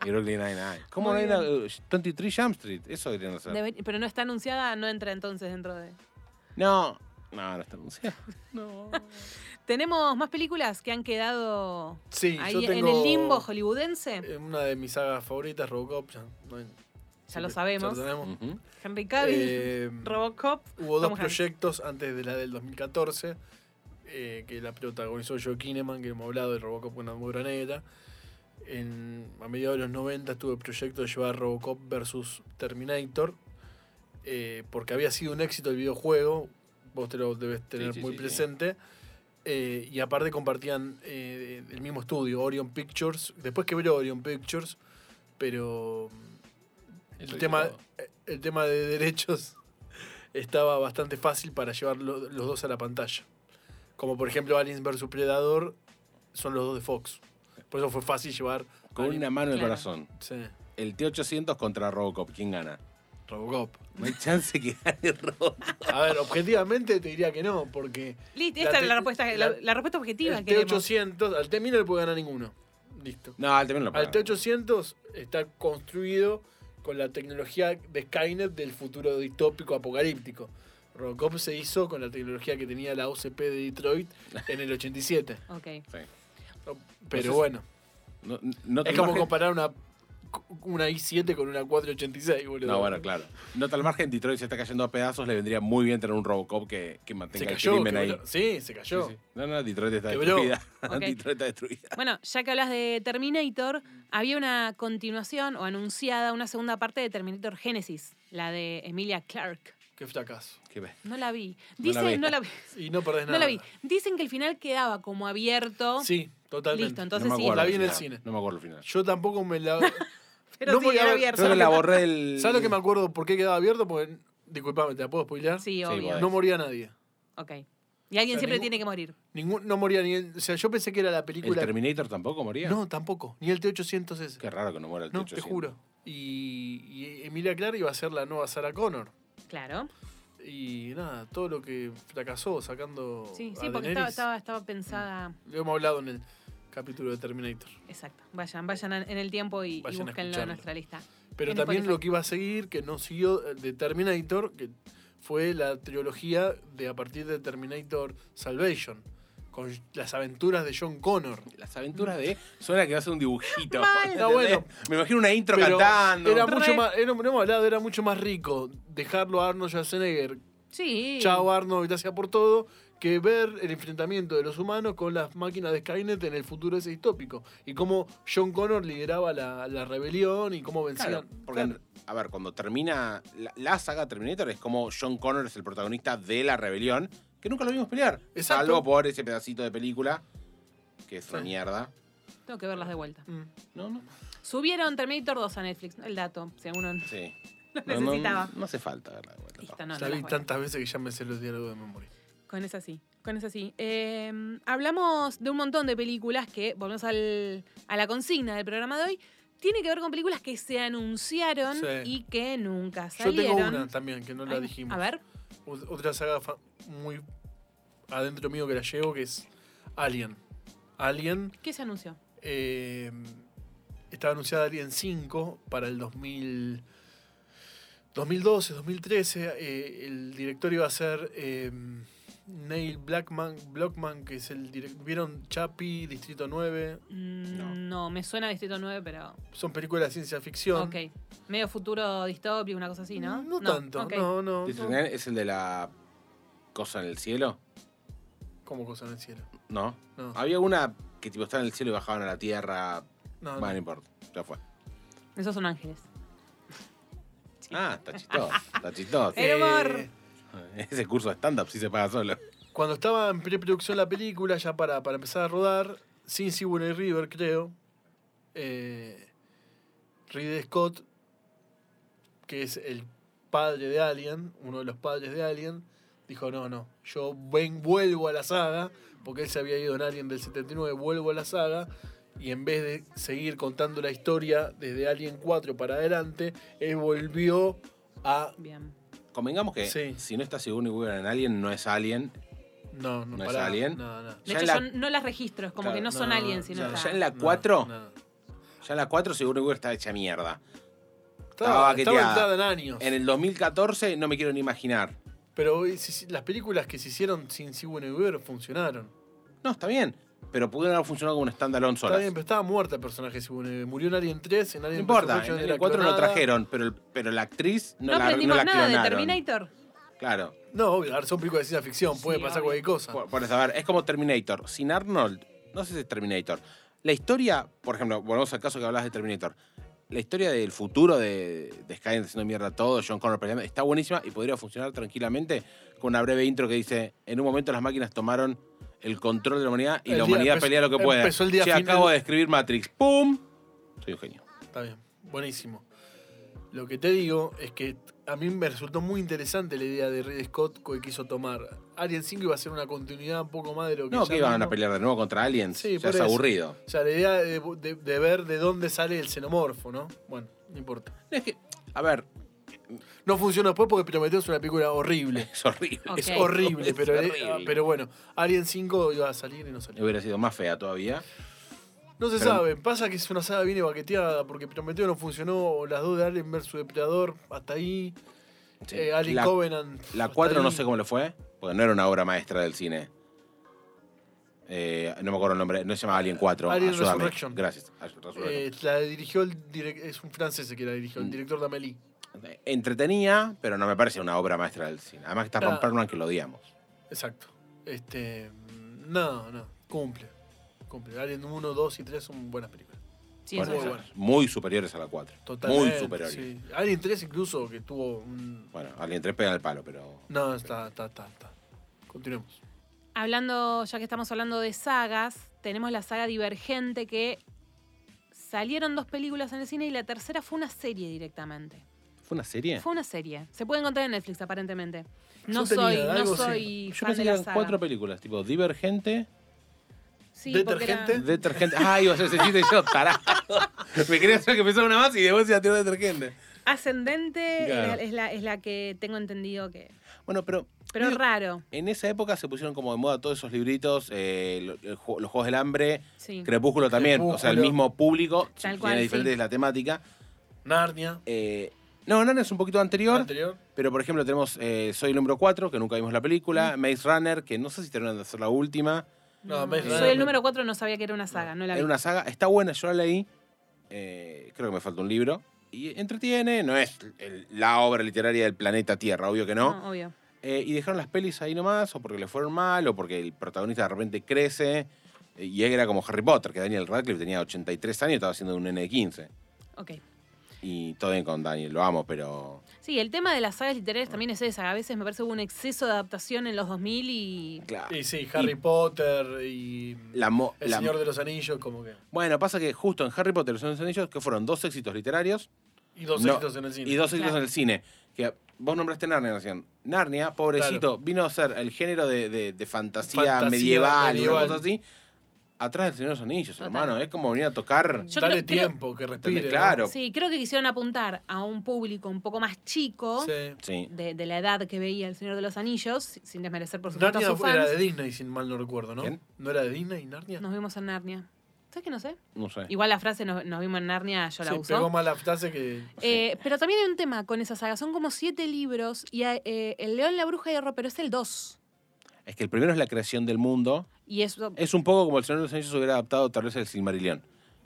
Y Brooklyn Nine-Nine. ¿Cómo no Muy hay una eh, 23 Jump Street? Eso deberían hacer. Debe- pero no está anunciada, no entra entonces dentro de. No, no, no está anunciado. No. Tenemos más películas que han quedado Sí, ahí yo tengo... en el limbo hollywoodense. eh, Una de mis sagas favoritas, Robocop. Ya, no hay- ya lo siempre- sabemos. ya lo tenemos. Ujú. Henry Cavill, Eh, Robocop. Hubo dos Tom Hanks. proyectos antes de la del 2014, eh, que la protagonizó Joe Kinnaman, que hemos hablado de Robocop con la mugre negra. En, a mediados de los 90 estuvo el proyecto de llevar Robocop versus Terminator, eh, porque había sido un éxito el videojuego, vos te lo debes tener sí, muy sí, sí. presente. Eh, y aparte compartían eh, el mismo estudio, Orion Pictures. Después quebró Orion Pictures, pero Eso el dijo tema, eh, todo. el tema de derechos <laughs> estaba bastante fácil para llevar lo- los dos a la pantalla. Como por ejemplo Aliens vs Predador son los dos de Fox. Por eso fue fácil llevar Con Alien- una mano en el Claro. corazón. sí, El T-800 contra Robocop. ¿Quién gana? Robocop. No hay chance que gane Robocop. A ver, objetivamente te diría que no, porque Listo, La esta es te- la respuesta, la, la- la respuesta objetiva el que T800, al T1000 no le puede ganar ninguno. Listo. No, al también lo Al pagan. T800 está construido con la tecnología de Skynet del futuro distópico apocalíptico. Robocop se hizo con la tecnología que tenía la OCP de Detroit en el 87. Ok. Sí. Pero Entonces, bueno, No, no te es como margen- comparar una, una I7 con una 486, boludo. No, bueno, claro. No tal margen, Detroit se está cayendo a pedazos. Le vendría muy bien tener un Robocop que, que mantenga Se el cayó. crimen ahí. quebró. Sí, se Sí, cayó. sí. No, no, Detroit está Quebró. destruida. Ok. <laughs> Detroit está destruida. Bueno, ya que hablas de Terminator, había una continuación o anunciada una segunda parte de Terminator Genesis, la de Emilia Clarke. Qué fracaso. Qué be- No la vi. No la vi. Dicen, no la vi. Y no perdés No nada. la vi. Dicen que el final quedaba como abierto. Sí, totalmente. Listo, No entonces me sí. acuerdo La al vi en el final. cine. No me acuerdo el final. Yo tampoco <laughs> me la. Pero No sí, podía era ver- abierto. Creo que la borré el. ¿Sabes lo que me acuerdo por qué quedaba abierto? Porque. Disculpame, ¿te la puedo spoilear? Sí, podés. obvio. No moría nadie. Ok. Y alguien O sea, siempre ningún- tiene que morir. Ningún, no moría ni. O sea, yo pensé que era la ¿El película. Terminator tampoco moría? No, tampoco. Ni el T800 ese. Qué raro que no muera el no, T-800. te juro. Y, y Emilia Clarke iba a ser la nueva Sarah Connor. Claro. Y nada, todo lo que fracasó sacando. Sí, a sí, porque estaba, Daenerys, estaba, estaba pensada. Lo hemos hablado en el capítulo de Terminator. Exacto. Vayan, vayan a- en el tiempo y, y Vayan a búsquenlo escucharlo. en nuestra lista. Pero En también Spotify. lo que iba a seguir, que no siguió eh, de Terminator, que fue la trilogía de a partir de Terminator Salvation, con las aventuras de John Connor. Las aventuras de. Suena que va a ser un dibujito. Mal. ¿entendés? No, bueno. Me imagino una intro Pero cantando. Era Re. mucho más, era, no hemos hablado, era mucho más rico dejarlo a Arnold Schwarzenegger, Sí. chao Arnold, gracias por todo, que ver el enfrentamiento de los humanos con las máquinas de Skynet en el futuro ese distópico. Y cómo John Connor lideraba la, la rebelión y cómo Claro, vencían. porque, Claro. a ver, cuando termina la, la saga Terminator es como John Connor es el protagonista de la rebelión, que nunca lo vimos pelear. Exacto. Salvo por ese pedacito de película, que es una Sí. mierda. Tengo que verlas de vuelta. Mm. No, no. Subieron Terminator 2 a Netflix. El dato, si alguno. Sí. Lo necesitaba. No, hace falta verla de vuelta. Listo, no, no La las vi voy a- tantas veces que ya me sé los diálogos de memoria. Con esa sí, con esa sí. Eh, hablamos de un montón de películas que, volvemos al- a la consigna del programa de hoy, tiene que ver con películas que se anunciaron Sí. y que nunca Yo tengo salieron. una también que no la Ay, dijimos. A ver, Ot- Otra saga fa- muy adentro mío que la llevo que es Alien. Alien ¿qué se anunció? eh, estaba anunciada Alien 5 para el 2000, 2012, 2013. eh, el director iba a ser eh, Neil Blackman, Blockman, que es el director. ¿Vieron Chappie, Distrito 9? Mm, No. No. me suena Distrito 9, pero. Son películas de ciencia ficción. Ok. Medio futuro distópico, una cosa así, ¿no? No, tanto, ok. no, no. District no. Nine ¿Es el de la cosa en el cielo? Como cosa en el cielo. No. No, Había una que tipo estaba en el cielo y bajaban a la tierra. no, no. Bueno, no importa. Ya fue. Esos son ángeles. Ah, está chistoso. Está <laughs> chistoso. Eh. El humor. Ese curso de stand-up sí se paga solo. Cuando estaba en preproducción la película, ya para, para empezar a rodar, sin Sigourney River, creo, eh, Ridley Scott, que es el padre de Alien, uno de los padres de Alien, dijo, no, no, yo ven, vuelvo a la saga, porque él se había ido en Alien del 79, vuelvo a la saga, y en vez de seguir contando la historia desde Alien 4 para adelante, él volvió a... Bien. Convengamos que Sí. si no está Sigourney Weaver en Alien, no es Alien. No, no, ¿No es pará, Alien? No, no. De Ya hecho, la- yo no las registro, es como Claro, que no, son aliens, sino. ya- está- ya en la no, cuatro, no. Ya en la 4 Sigourney Weaver está hecha mierda. Estaba, Estaba estaba baqueteada. entrada en años. En el 2014 no me quiero ni imaginar. Pero si- si- las películas que se hicieron sin Sigourney Weaver funcionaron. No, está bien. Pero pudieron haber funcionado como un stand-alone Está solas. bien, pero estaba muerta el personaje de Sigourney Weaver. Murió en Alien 3, en No Alien importa, Resurrection en era el 4 lo clonada. trajeron, pero, el- pero la actriz no, No la, no aprendimos la nada de clonaron. Terminator. claro. No, obvio, ahora son películas de ciencia ficción, puede Sí, pasar obvio. cualquier cosa. Por, por eso, a ver, es como Terminator. Sin Arnold, no sé si es Terminator. La historia, por ejemplo, volvemos al caso que hablas de Terminator. La historia del futuro de, de Skynet haciendo mierda todo, John Connor peleando, está buenísima y podría funcionar tranquilamente con una breve intro que dice: En un momento las máquinas tomaron el control de la humanidad y El la día- humanidad empezó- pelea lo que pueda. empezó el día Che, final. acabo de escribir Matrix. ¡Pum! Soy un genio. Está bien, buenísimo. Lo que te digo es que a mí me resultó muy interesante la idea de Ridley Scott que quiso tomar. Alien 5 iba a ser una continuidad un poco más de lo que No, ya que iban a vimos. pelear de nuevo contra aliens. Sí, ya por es eso. aburrido. O sea, la idea de, de- de ver de dónde sale el xenomorfo, ¿no? Bueno, no importa. Es que, a ver, No funcionó después porque Prometeo es una <laughs> película horrible. es horrible. Ok. Es horrible, Es pero, eh, horrible. pero bueno, Alien 5 iba a salir y no salió. Hubiera sido más fea todavía. No se Pero- sabe, pasa que es una saga bien baqueteada porque Prometeo no funcionó, las dos de Alien vs Depredador, hasta ahí. Sí. Eh, Alien la, Covenant. la hasta 4 no ahí. sé cómo le fue, porque no era una obra maestra del cine. Eh, no me acuerdo el nombre, no se llama Alien 4. Alien ayúdame. Resurrection. Gracias. ay- Resurrection. Eh, la dirigió el direc- es un francés el que la dirigió, el Mm. director de Amélie. Entretenía, pero no me parece una obra maestra del cine. Además que está Claro. Ron Perlman que lo odiamos. Exacto. Este, no, no, cumple. Cumple. Alien 1, 2 y 3 son buenas películas. Sí, Bueno, eso muy es. esas, bueno. muy superiores a la 4. Totalmente. Muy superiores. sí. Alien 3 incluso que tuvo un... Bueno, Alien 3 pega en el palo, pero... No, está, está, está, está. Continuemos. Hablando, ya que estamos hablando de sagas, tenemos la saga Divergente que salieron dos películas en el cine y la tercera fue una serie directamente. ¿Fue una serie? Fue una serie. Se puede encontrar en Netflix aparentemente. No Yo tenía soy, no algo, sí. soy Yo fan pensé de que la eran saga. cuatro películas, tipo Divergente, Sí, porque era- Detergente. Detergente. Ay, iba a ser ese chiste yo, tarado. <laughs> Me quería hacer que pensara una más y de vos a tirar Detergente. Ascendente es la- Claro. es, la, es la que tengo entendido que. Bueno, pero. Pero digo, raro. En esa época se pusieron como de moda todos esos libritos, eh, lo- el ju- los Juegos del Hambre, Sí. Crepúsculo también, o sea, el Crepúsculo. mismo público, si- Tal si cual, era sí. diferente es la temática. Narnia. Eh, no, Nana es un poquito anterior, Anterior. pero por ejemplo tenemos eh, Soy el número 4, que nunca vimos la película, Maze Runner, que no sé si terminaron de hacer la última, No, No, me- soy el número 4, no sabía que era una saga, no la vi. era una saga, está buena, yo la leí, eh, creo que me falta un libro, y entretiene, no es el- la obra literaria del planeta Tierra, obvio que no, No, obvio. Eh, y dejaron las pelis ahí nomás, o porque le fueron mal, o porque el protagonista de repente crece. eh, Y era como Harry Potter, que Daniel Radcliffe tenía 83 años y estaba haciendo un nene de 15. Ok. Y todo bien con Daniel, lo amo, pero. Sí, el tema de las sagas literarias también es esa. A veces me parece que hubo un exceso de adaptación en los 2000 y. Claro. Y sí, Harry Potter y... La mo- El la- Señor de los Anillos, como que... Bueno, pasa que justo en Harry Potter y los Señores de los Anillos, que fueron dos éxitos literarios Y dos No. éxitos en el cine. y dos éxitos Claro. en el cine. Que vos nombraste Narnia, Nación. Narnia, pobrecito, Claro. vino a ser el género de, de- de fantasía, Fantasía medieval, y una medieval. cosa así. Atrás del Señor de los Anillos, Total. hermano. Es como venir a tocar. Yo Dale creo- creo- tiempo, que respire. ¿no? Claro. Sí, creo que quisieron apuntar a un público un poco más chico Sí. Sí. de, de la edad que veía El Señor de los Anillos, si- sin desmerecer por supuesto Narnia a sus era fans. de Disney, sin mal no recuerdo, ¿no? ¿Quién? ¿No era de Disney, Narnia? Nos vimos en Narnia. ¿Sabes que no sé? No sé. Igual la frase nos, nos vimos en Narnia, yo la sí, uso. pegó más la frase que... Eh, Pero también hay un tema con esa saga. Son como siete libros y eh, El León, la Bruja y el Ro, pero es el dos. Es que el primero es la creación del mundo. Y eso. Es un poco como el Señor de los Anillos hubiera adaptado tal vez el Silmarillion.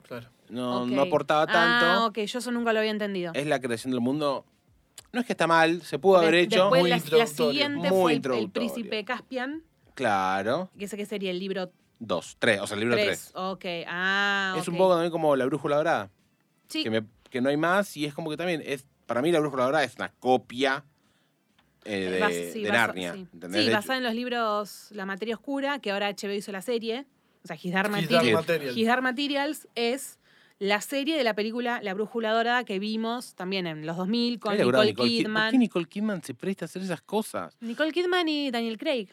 Claro. No, Ok. no aportaba tanto. Ah, ok, yo eso nunca lo había entendido. Es la creación del mundo. No es que está mal, se pudo haber De- hecho. Después Muy la- la, introductorio. siguiente Muy fue el- el, introductorio. Príncipe Caspian, Claro. que sé que sería el libro Dos, tres, o sea, el libro tres. 3. Ok, ah. Es un ok. poco también como la brújula dorada. Sí, Que, me- que no hay más y es como que también. es Para mí, la brújula dorada es una copia eh, de, bas- sí, de basa- Narnia. sí. ¿entendés? Sí, De hecho- basada en los libros La Materia Oscura, que ahora HBO hizo la serie. O sea, His Dark His Materials. Dark Sí. Material. His Dark Materials es la serie de la película La Brújula Dorada que vimos también en los 2000 con Ay, la verdad, Nicole, Nicole Kid- ¿Por Kidman. qué Nicole Kidman se presta a hacer esas cosas? Nicole Kidman y Daniel Craig.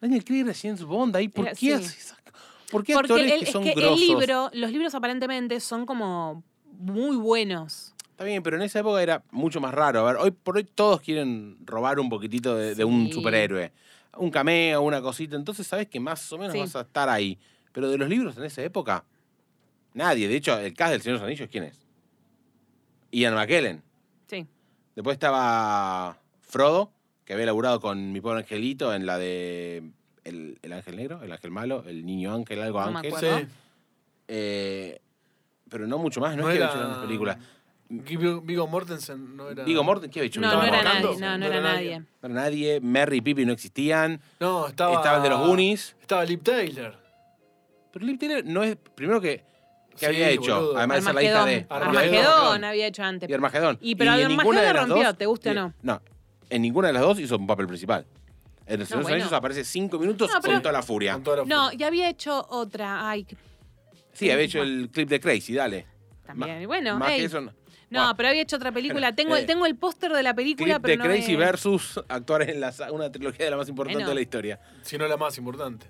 Daniel Craig recién es Bond ahí. ¿Por Era- qué Eh, sí. hace esas co- ¿Por qué Porque actores el, que es son que el grosos? libro, los libros aparentemente son como muy buenos. Está bien, pero en esa época era mucho más raro. A ver, hoy por hoy todos quieren robar un poquitito de, de un Sí. superhéroe. Un cameo, una cosita. Entonces sabes que más o menos Sí. vas a estar ahí. Pero de los libros en esa época, nadie. De hecho, el cast del Señor de los Anillos, ¿quién es? Ian McKellen. Sí. Después estaba Frodo, que había laburado con mi pobre angelito en la de. El, el ángel negro, el ángel malo, el niño ángel, algo No me ángel. acuerdo. Sí. Eh, pero no mucho más, no, No es que era- había hecho grandes películas. Vigo Viggo Mortensen no era... Vigo Morten, ¿qué había hecho? No, Viggo no era Mortensen? marcando? nadie. No, no era nadie. No era nadie. Merry y Pippi no existían. No, estaba... Estaba el de los Goonies. Estaba Lip Taylor. Pero Liv Taylor no es. Primero que. ¿Qué Sí, había hecho? boludo. Además de ser la hija Armagedón. de. Armagedón había hecho antes. Y Armagedón. Y pero en Armagedón ninguna de la las rompió, dos- te guste o ni- no. No. En ninguna de las dos hizo un papel principal. En el Señor de los bueno. Anillos aparece cinco minutos No, pero- con toda la furia. Con toda la No, furia. y había hecho otra. Ay, que- Sí, había hecho el clip de Crazy, dale. también. Ma- Y bueno, Más ey. que eso, no. no, Buah. pero había hecho otra película. Tengo, Eh, el tengo el póster de la película, Clip pero de no Crazy es- versus <laughs> actuar en la, sa- una trilogía de la más importante Bueno. de la historia. Si no la más importante.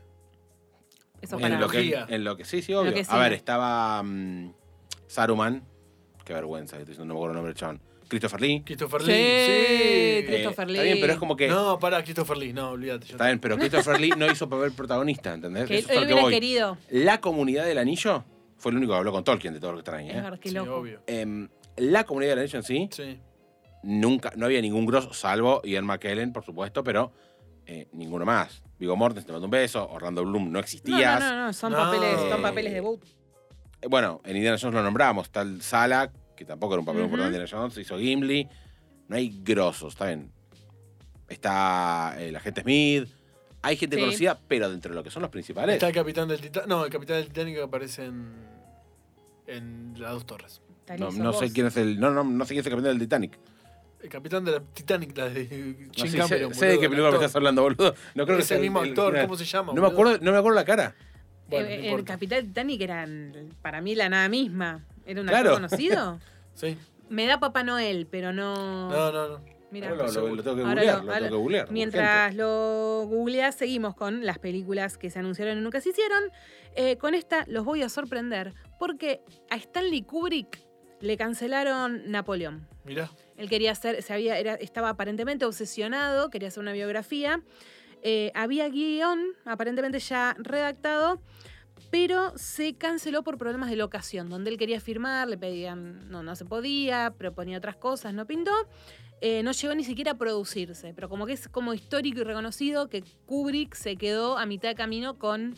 Eso Bueno, para- En lo, que, Trilogía. en lo que sí, sí, En lo obvio. que A sí. ver, estaba mm, Saruman. Qué vergüenza, que estoy diciendo, no me acuerdo el nombre del chabón. Christopher Lee. Christopher Sí, Lee. Christopher Sí. Lee. Está bien, pero es Eh, como que. No, pará, Christopher Lee, no, olvídate. yo Está bien, pero Christopher Lee no hizo papel protagonista, ¿entendés? que Eso es él a lo que hubiera voy. querido. La comunidad del anillo fue el único que habló con Tolkien de todo lo que traen. Es ¿eh? verdad, qué Sí, loco. obvio. Em, la comunidad del anillo en sí, Sí. nunca, no había ningún grosso, salvo Ian McKellen, por supuesto, pero eh, ninguno más. Vigo Mortensen te mandó un beso, Orlando Bloom no No, existía. no, no, no, son No. papeles, son Eh, papeles de boot. Eh, Bueno, en Indiana Jones lo nombramos, tal Sala, que tampoco era un papel Ujú. importante en Indiana Jones, hizo Gimli. No hay grosos, está bien. Está el agente Smith. Hay gente Sí. conocida, pero dentro de lo que son los principales. Está el capitán del Titanic. No, el capitán del Titanic que aparece en. En las dos torres. Tal No, hizo no sé vos. quién es el. No, no, no sé quién es el capitán del Titanic. El capitán de la Titanic, la de Jim No sé, sé, Cameron. sé de boludo, qué el película me actor. estás hablando, boludo. No creo que es sea el mismo actor, ¿cómo se llama? No me boludo? acuerdo, no me acuerdo la cara. Bueno, Eh, no eh, el importa. Capital Titanic era para mí la nada misma. Era un Claro. actor <laughs> conocido. Sí. Me da Papá Noel, pero no. No, no, no. Mira, Ahora lo, lo- lo tengo que Ahora googlear, lo- lo ahora- tengo que googlear. mientras lo googleas, seguimos con las películas que se anunciaron y nunca se hicieron. Eh, con esta los voy a sorprender porque a Stanley Kubrick le cancelaron Napoleón. Mirá. Él quería hacer, se había, era- estaba aparentemente obsesionado, quería hacer una biografía. Eh, había guión, aparentemente ya redactado, pero se canceló por problemas de locación, donde él quería firmar, le pedían, no, no se podía, proponía otras cosas, no pintó. Eh, no llegó ni siquiera a producirse, pero como que es como histórico y reconocido que Kubrick se quedó a mitad de camino con,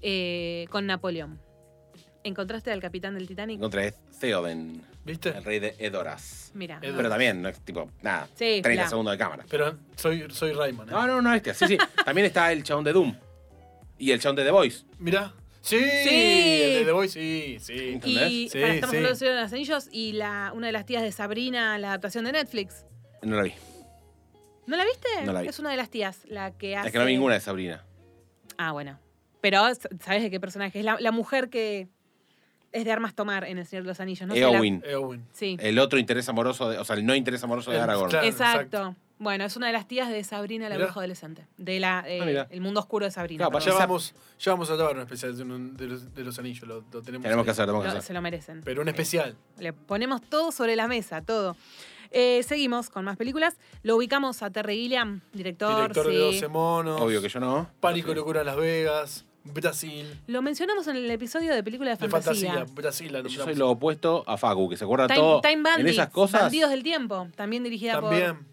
eh, con Napoleón. ¿Encontraste al capitán del Titanic? Contra es Theoden, el ¿Viste? rey de Edoras. Mira. Edward. Pero también, no es tipo, nada, Sí, 30 bla. segundos de cámara. Pero soy, soy Rayman. ¿eh? No, no, no, este. Sí, sí. También está el chabón de Doom. Y el chabón de The Voice. Mirá. Sí. Sí. El de The Voice, sí, sí. ¿Entendés? Y Sí, pará, estamos sí. hablando de Señor de los Anillos y la, una de las tías de Sabrina, la adaptación de Netflix. No la vi. ¿No la viste? No la vi. Es una de las tías, la que hace. Es que no vi ninguna de Sabrina. Ah, bueno. Pero s- ¿sabes de qué personaje? Es la, la mujer que es de armas tomar en El Señor de los Anillos. No sé la- Eowyn. Eowyn. Sí. El otro interés amoroso, de- o sea, el no interés amoroso de El- Aragorn. claro. exacto. exacto. Bueno, es una de las tías de Sabrina, la Mirá. bruja adolescente. De la, eh, Ah, mirá. el mundo oscuro de Sabrina. Claro, perdón. Ya Esa- vamos, ya vamos a grabar un especial de, un- de los, de los anillos. Lo, lo tenemos. Tenemos que ahí. hacer, tenemos que Lo- hacer. se lo merecen. Pero un especial. Le ponemos todo sobre la mesa, todo. Eh, seguimos con más películas. Lo ubicamos a Terry Gilliam, director. Director de sí. 12 monos. Obvio que yo no. Pánico y locura en Las Vegas. Brasil. Lo mencionamos en el episodio de película de De fantasía. fantasía. Brasil la Yo soy nombramos. lo opuesto a Facu, que se acuerda Time, todo. Time en Bandits, esas cosas. Bandidos del Tiempo, también dirigida por También.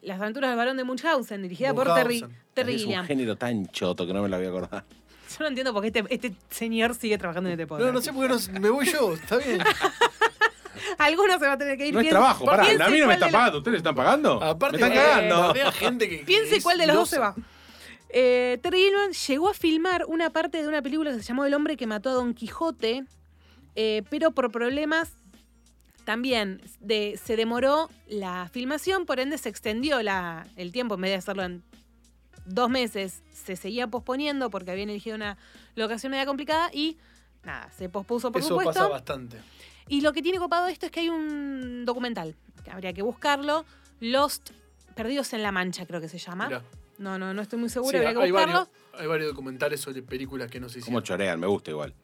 Las aventuras del varón de Munchausen, dirigida por Terry, Munchausen. Terry es un Gilliam. género tan choto que no me la voy a acordar. Yo no entiendo por qué este, este señor sigue trabajando en este podcast. No, no sé por qué no- me voy yo. <laughs> Está bien. Alguno se va a tener que ir. No es Piense- trabajo, pará. piense A mí no me cuál de están los- pagando. ¿Ustedes están pagando? Aparte, me están eh, cagando. bardea gente que. que Piense es cuál de los dos ilosa. se va. Eh, Terry Gilliam llegó a filmar una parte de una película que se llamó El hombre que mató a Don Quijote, eh, pero por problemas también de- se demoró la filmación, por ende se extendió la- el tiempo en vez de hacerlo en dos meses. Se seguía posponiendo porque habían elegido una locación media complicada y nada, se pospuso por Eso supuesto. pasa bastante. Y lo que tiene copado esto es que hay un documental, que habría que buscarlo, Lost, Perdidos en la Mancha creo que se llama. Mirá. No, no, no estoy muy segura, Sí, habría que hay, buscarlo. varios, hay varios documentales sobre películas que no se Como hicieron. chorean, me gusta igual.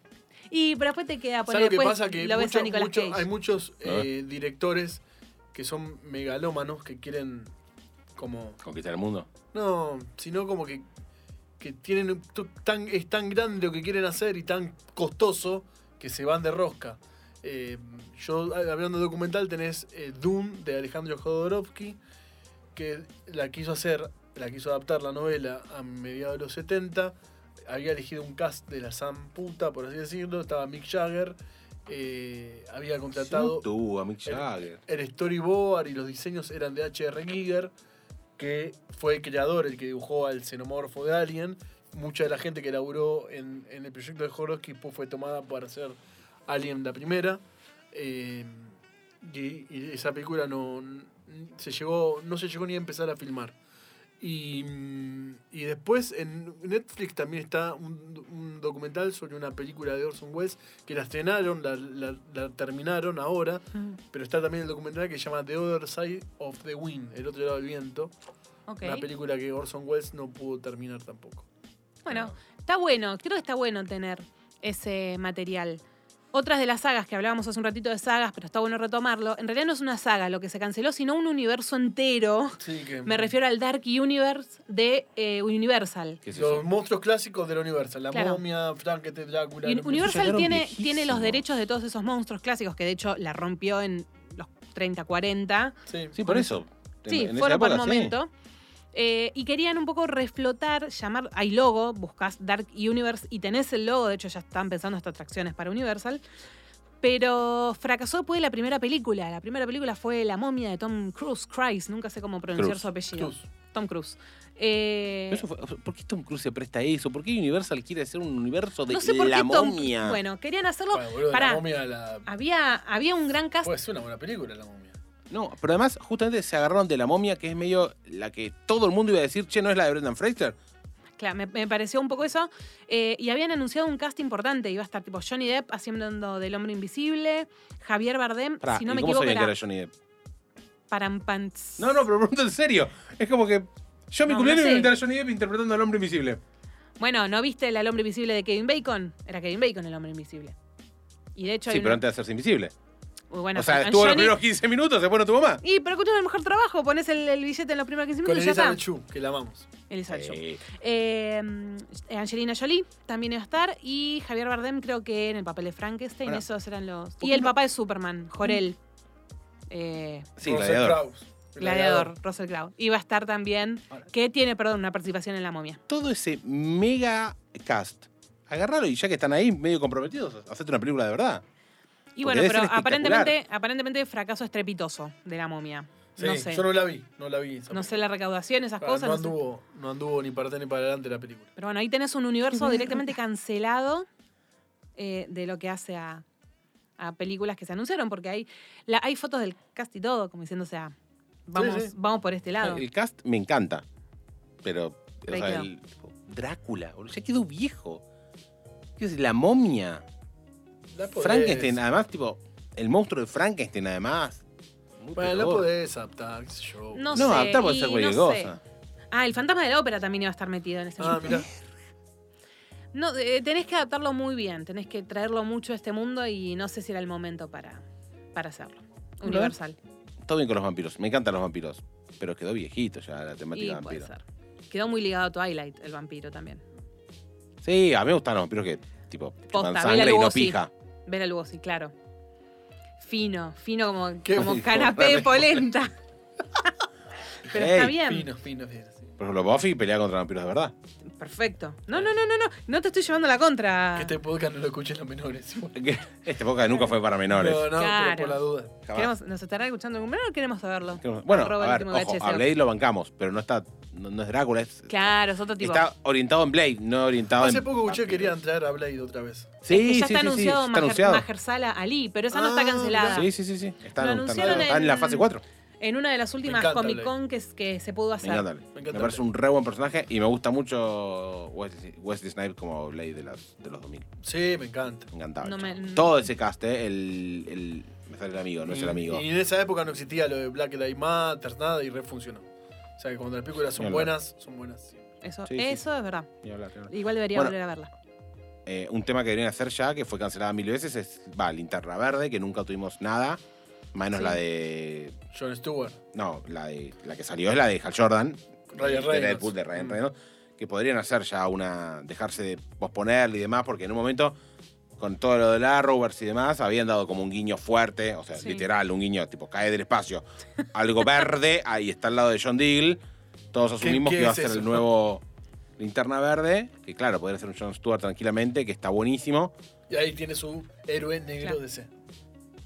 Y pero después te queda ¿Sabes poner lo que después pasa? Que lo ves mucho- a Nicolas mucho- Cage. hay muchos A ver. eh, directores que son megalómanos que quieren como Conquistar el mundo. no, sino como que, que tienen un- tu- tan, es tan grande lo que quieren hacer y tan costoso que se van de rosca. Eh, yo a- hablando de documental tenés eh, Doom de Alejandro Jodorowsky que la quiso hacer, la quiso adaptar la novela a mediados de los 70. Había elegido un cast de la Sam puta, por así decirlo. Estaba Mick Jagger. eh, había contratado Tú, a Mick el- Jagger. El, storyboard y los diseños eran de H.R. Giger, que fue el creador, el que dibujó al xenomorfo de Alien. Mucha de la gente que laburó en, en el proyecto de Jodorowsky pu- fue tomada para hacer Alien la primera. Eh, y, y esa película no, n- se llegó, no se llegó ni a empezar a filmar. Y, mm, y después en Netflix también está un, un documental sobre una película de Orson Welles que la estrenaron, la, la- la terminaron ahora, Mm, pero está también el documental que se llama The Other Side of the Wind, El otro lado del viento, <laughs> ok. una película que Orson Welles no pudo terminar tampoco. Bueno, está bueno, creo que está bueno tener ese material. Otras de las sagas que hablábamos hace un ratito de sagas, pero está bueno retomarlo. En realidad no es una saga lo que se canceló, sino un universo entero. Sí, que Me refiero al Dark Universe de eh, Universal. ¿Qué es los eso? monstruos clásicos del Universal, la Claro. momia, Frankenstein, Drácula. Y el hombre- Universal llegaron tiene, viejísimos. tiene los derechos de todos esos monstruos clásicos, que de hecho la rompió en los 30, 40. Sí. Sí, por eso. En- e-, Sí, en esa fueron por época, sí. momento. Eh, y querían un poco reflotar, llamar, hay logo, buscas Dark Universe y tenés el logo, de hecho ya están pensando hasta atracciones para Universal. Pero fracasó después de la primera película. La primera película fue La momia de Tom Cruise, Christ, nunca sé cómo pronunciar Cruise. su apellido. Cruz. Tom Cruise. Eh, Pero eso fue- ¿Por qué Tom Cruise se presta a eso? ¿Por qué Universal quiere hacer un universo de no sé por la qué Tom momia? Bueno, querían hacerlo. Bueno, boludo, Pará. Ah. la momia, la... Había, había un gran cast. Pues es una buena película la momia. No, pero además justamente se agarraron de la momia, que es medio la que todo el mundo iba a decir, che, ¿no es la de Brendan Fraser? Claro, me, me pareció un poco eso. Eh, y habían anunciado un cast importante. Iba a estar tipo Johnny Depp haciendo del hombre invisible, Javier Bardem, Pará, si no ¿y me ¿Cómo equivoco, sabían que era era Johnny Depp? Parampants. No, no, pero pregunto en serio. Es como que yo me No, cumpleaños no sé. me invitaron a Johnny Depp interpretando al hombre invisible. Bueno, ¿no viste el hombre invisible de Kevin Bacon? Era Kevin Bacon el hombre invisible. Y de hecho, sí, hay pero un- antes de hacerse invisible. Uy, bueno, o sea, Anthony- estuvo los primeros 15 minutos, después no tuvo más. Y pero escuchame el mejor trabajo, pones el, el billete en los primeros 15 Con minutos y ya está. Elizabeth Chu, que la amamos. Elizabeth Shue. Sí. Eh, mm, Angelina Jolie también iba a estar. Y Javier Bardem, creo que en el papel de Frankenstein, Ahora, esos eran los. ¿por Y qué el no- papá de Superman, Jorel. Eh, Sí, Russell gladiador. Crowe, Gladiador, Russell Crowe. Y va a estar también, Ahora. que tiene, perdón, una participación en La Momia. Todo ese mega cast. Agarralo y ya que están ahí medio comprometidos, hacete una película de verdad. Y Porque bueno, debe pero ser espectacular. aparentemente, aparentemente fracaso estrepitoso de La Momia. Sí, no sé. yo no... no la vi, no la vi. esa sé película. la recaudación, esas Ah, cosas. no, no sé. anduvo, no anduvo ni para atrás ni para adelante la película. Pero bueno, ahí tenés un universo directamente cancelado eh, de lo que hace a, a películas que se anunciaron, porque hay, la, hay fotos del cast y todo, como diciendo, o sea, vamos, sí. vamos por este lado. El cast me encanta. Pero, o Ahí sea, quedó. el- Drácula, boludo, ya quedó viejo. ¿Qué es la momia? La podés- Frankenstein, ah, además, tipo, el monstruo de Frankenstein, además. Muy Bueno, la peor. podés adaptar, qué sé yo. No, sé. No, adaptar puede y ser cualquier no sé. cosa. Ah, el fantasma de la ópera también iba a estar metido en ese Ah, grupo. mirá. No, eh, tenés que adaptarlo muy bien, tenés que traerlo mucho a este mundo y no sé si era el momento para, para hacerlo. Bueno. Universal. Todo bien con los vampiros. Me encantan los vampiros. Pero quedó viejito ya la Y temática puede vampiro. ser. Quedó muy ligado a Twilight, el vampiro también. Sí, a mí me gustan los vampiros que, tipo, chupan Bela sangre y no Lugosi. pija. Vera Lugosi, claro. Fino, fino como, Qué como fino, canapé de Vera <laughs> polenta. Pero está Ey, bien. Fino, fino, fino. sí. Por ejemplo, Buffy pelea contra vampiros de verdad. <laughs> Perfecto. No, no, no, no, no. No te estoy llevando la contra. Que este podcast no lo escuchen los menores. igual. Este podcast nunca fue para <laughs> No, menores. no, Claro. pero por la duda. Jamás. Queremos- ¿Nos estará escuchando algún menor o queremos saberlo? Bueno, Arroba a el ver, último ojo, VHS. a Blade lo bancamos, pero no está, no, no es Drácula, es- Claro, es otro tipo. está orientado en Blade, no orientado en Hace poco escuché que vampiros. querían traer a Blade otra vez. Sí, Es que ya sí, está sí, sí, anunciado, está anunciado. Majersala Ali, pero esa no está Ah, cancelada. Sí, sí, sí, sí. Está, Lo está- anunciaron está en la fase en- 4. En una de las últimas encanta Comic Blade. Con que, es- que se pudo Me hacer. encanta. Me, encanta. parece un re buen personaje y me gusta mucho Wesley, Wesley Snipes como Blade de, las- de los 2000. Sí, me encanta. Me encantaba. No el me- chabón. Todo ese cast, ¿eh? El, el- me sale el amigo, no es el Y- amigo. Y en esa época no existía lo de Black Lives Matter, nada, y refuncionó. O sea que cuando las películas son Ni hablar. buenas, son buenas. sí. Eso, Sí, sí. eso es verdad. Ni hablar, ni hablar. Igual debería Bueno. volver a verla. Eh, un tema que deberían hacer ya, que fue cancelada mil veces, es va, Linterna Verde, que nunca tuvimos nada, menos Sí. la de... John Stewart, No, la, de, la que salió es la de Hal Jordan, Ryan de Reynolds. Deadpool, de Ryan Mm. Reynolds, que podrían hacer ya una. dejarse de posponer y demás, porque en un momento, con todo lo de la Rovers y demás, habían dado como un guiño fuerte, o sea, Sí. literal, un guiño tipo cae del espacio. Algo verde, ahí está al lado de John Deagle. Todos asumimos qué que iba a es ser eso? el nuevo Linterna Verde, que claro, podría ser un John Stewart tranquilamente, que está buenísimo. Y ahí tiene su héroe negro Claro. de ese.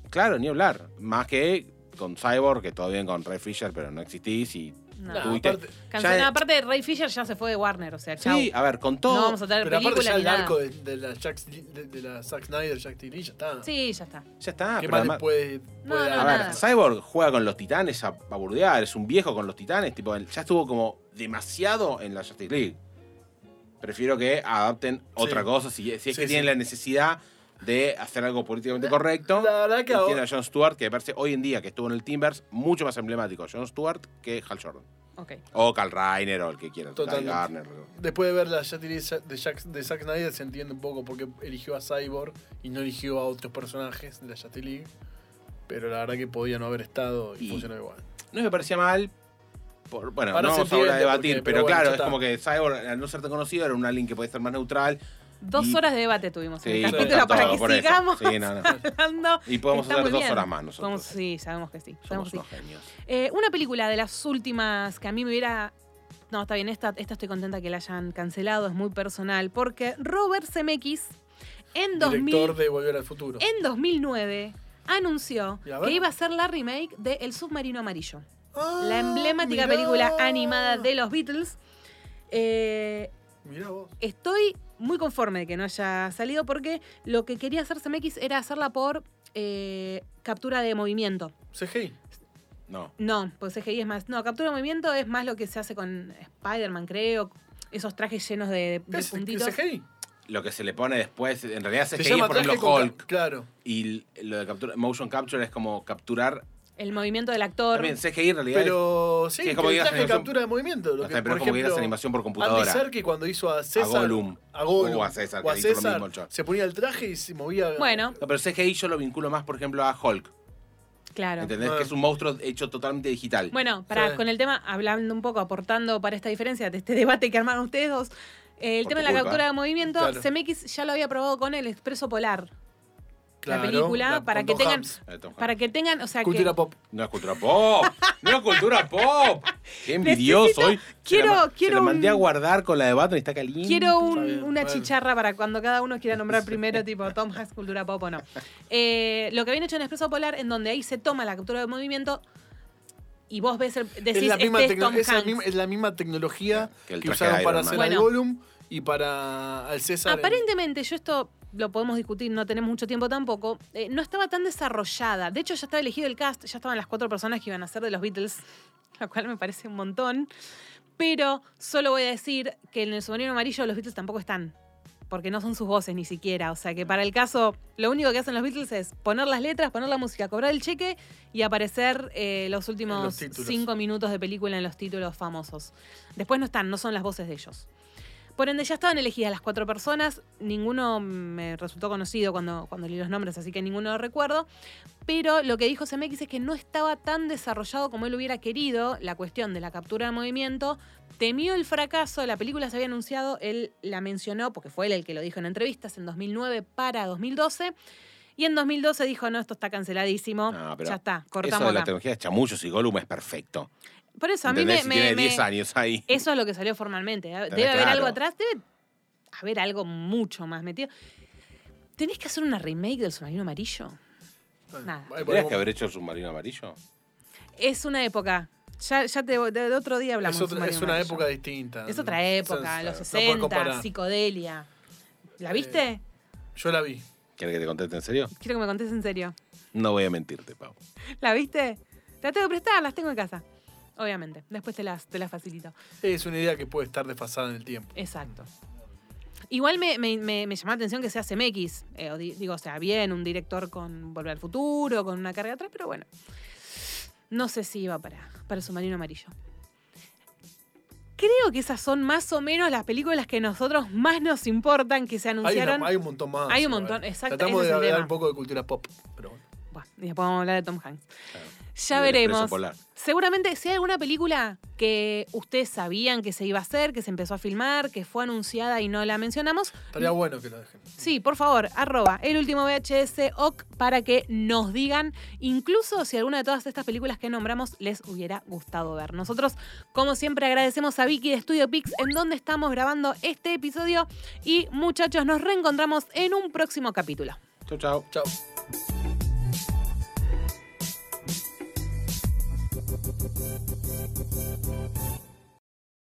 Claro, ni hablar. Más que con Cyborg, que todo bien con Ray Fisher, pero no existís y No. Nah, tuviste- aparte- Cancel- ya- eh. aparte, Ray Fisher ya se fue de Warner, o sea, chau. Sí, a ver, con todo. no vamos a tener Pero aparte película ya ni el nada. arco de, de la Jack, de, de la Zack Snyder, Jack Tilly, ya está. Sí, ya está. Ya está. ¿Qué Ah, pero más además- le puede, puede No, a no, ver, nada. Cyborg juega con los titanes a, a burdear, es un viejo con los titanes, tipo, él ya estuvo como demasiado en la Justice League. Prefiero que adapten otra cosa si, si es Sí, que sí. tienen la necesidad de hacer algo políticamente correcto. La verdad que Y tiene ahora, a John Stewart, que me parece hoy en día que estuvo en el Timbers, mucho más emblemático. John Stewart que Hal Jordan. Ok. O Cal Reiner, o el que quiera. Totalmente. Guy Gardner, lo que- después de ver la Jack Tilly de, Jack- de Zack Snyder, se entiende un poco por qué eligió a Cyborg y no eligió a otros personajes de la Jack Tilly. Pero la verdad que podía no haber estado y, Y- funcionó igual. No me parecía mal. por- bueno, Ahora no se vamos ahora a entiende debatir, porque- pero, pero bueno, claro, ya es está. como que Cyborg, al no ser tan conocido, era un alien que puede ser más neutral. Dos Y- horas de debate tuvimos en Sí, el sí, capítulo está para todo, que por eso. sigamos Sí, no, no. <laughs> hablando. Y podemos Está hablar muy dos bien. horas más nosotros. Somos- sí, sabemos que sí. sabemos Somos que sí. unos genios. Eh, una película de las últimas que a mí me hubiera. No, está bien, esta, esta estoy contenta que la hayan cancelado, es muy personal, porque Robert Zemeckis en, 2000 Director de Volver al Futuro. en 2009 anunció Y a ver. que iba a ser la remake de El Submarino Amarillo, Ah, la emblemática mirá. película animada de los Beatles. Eh, Mirá vos. estoy muy conforme de que no haya salido porque lo que quería hacer Zemeckis era hacerla por eh, captura de movimiento. CGI. No. No, pues CGI es más. No, captura de movimiento es más lo que se hace con Spider-Man, creo. Esos trajes llenos de, de ¿Es, puntitos. es CGI? Lo que se le pone después, en realidad Se se CGI, por ejemplo, traje con- Hulk. Claro. Y lo de captura, motion capture es como capturar. El movimiento del actor. También CGI en realidad. es- Pero sí, Sí, es como como que traje de hagas animación- captura de movimiento. Lo pero que, por es como que ejemplo, hagas animación por Andy computadora. Serkis cuando hizo a César. Gollum. a Gollum, O a César, o a que hizo lo mismo César, el chabón. se ponía el traje y se movía. Bueno, No, pero CGI yo lo vinculo más, por ejemplo, a Hulk. claro. ¿Entendés? Ah. Que es un monstruo hecho totalmente digital. Bueno, para, Sí. con el tema, hablando un poco, aportando para esta diferencia de este debate que armaron ustedes dos, eh, el Por tema de tu la culpa. captura de movimiento, Claro. Zemeckis ya lo había probado con el Expreso Polar. claro, película, para con que Tom tengan- Hanks. Eh, Tom Para Hanks. que tengan, o sea, Cultura que... pop. No es cultura pop. No es cultura pop. Qué envidioso Necesito- hoy. Se la quiero- ma- quiero Se la mandé a un- guardar con la de Batman y está caliente. Quiero un- Está bien, una bueno. chicharra para cuando cada uno <laughs> quiera nombrar primero, tipo Tom Hanks, cultura pop o no. Eh, lo que habían hecho en Expreso Polar, en donde ahí se toma la captura de movimiento y vos ves el, decís, es, la misma este es tecno- Tom es eh, la Hanks". misma- es la misma tecnología Que que, el traje de usaron Iron para Man. hacer al Bueno. Gollum y para al César. en- Aparentemente, yo esto lo podemos discutir, no tenemos mucho tiempo tampoco, eh, no estaba tan desarrollada. De hecho, ya estaba elegido el cast, ya estaban las cuatro personas que iban a ser de los Beatles, <laughs> lo cual me parece un montón. Pero solo voy a decir que en el submarino amarillo los Beatles tampoco están. Porque no son sus voces ni siquiera. O sea que para el caso, lo único que hacen los Beatles es poner las letras, poner la música, cobrar el cheque y aparecer eh, los últimos los títulos. cinco minutos de película en los títulos famosos. Después no están, no son las voces de ellos. Por ende, ya estaban elegidas las cuatro personas. Ninguno me resultó conocido cuando, cuando leí los nombres, así que ninguno lo recuerdo. Pero lo que dijo CMX es que no estaba tan desarrollado como él hubiera querido la cuestión de la captura de movimiento. Temió el fracaso, la película se había anunciado, él la mencionó, porque fue él el que lo dijo en entrevistas, en 2009 para 2012. Y en 2012 dijo, no, esto está canceladísimo, No, pero ya está, Eso cortamos de la acá. tecnología de chamullos y Gollum es perfecto. Por eso a mí ¿Entendés? me... Si me- Eh, tiene me- 10 años ahí. eso es lo que salió formalmente. ¿eh? Debe Tenés haber claro. algo atrás, debe haber algo mucho más metido. ¿Tenés que hacer una remake del submarino amarillo? Nada. Ahí ¿Tendrías ponemos- que haber hecho el submarino amarillo? Es una época. Ya, ya te, de, de otro día hablamos. es del otra, submarino es una amarillo. época distinta. Es otra época, O sea, los no puedes 60, comparar. psicodelia. ¿La viste? Yo la vi. ¿Quieres que te conteste en serio? Quiero que me contes en serio. No voy a mentirte, Pau. ¿La viste? Te la tengo que prestar, las tengo en casa. Obviamente. Después te las, te las facilito. Es una idea que puede estar desfasada en el tiempo. Exacto. Igual me, me, me- me llamó la atención que sea CMX. eh, o di- digo, o sea, bien, un director con Volver al Futuro, con una carga atrás, pero bueno. No sé si iba para, para el submarino amarillo. Creo que esas son más o menos las películas que nosotros más nos importan que se Hay, una- anunciaron. hay un montón más. Hay un igual. montón, exacto, Tratamos ese es el de hablar tema. un poco de cultura pop. Pero bueno. Buah, y después vamos a hablar de Tom Hanks. Claro. Ya Y del Expreso veremos. Polar. Seguramente, si hay alguna película que ustedes sabían que se iba a hacer, que se empezó a filmar, que fue anunciada y no la mencionamos, Estaría bueno que lo dejen. Mm. Sí, por favor, arroba el último VHS OC para que nos digan incluso si alguna de todas estas películas que nombramos les hubiera gustado ver. Nosotros, como siempre, agradecemos a Vicky de Studio Pix en donde estamos grabando este episodio y muchachos, nos reencontramos en un próximo capítulo. Chau, chau. Chao.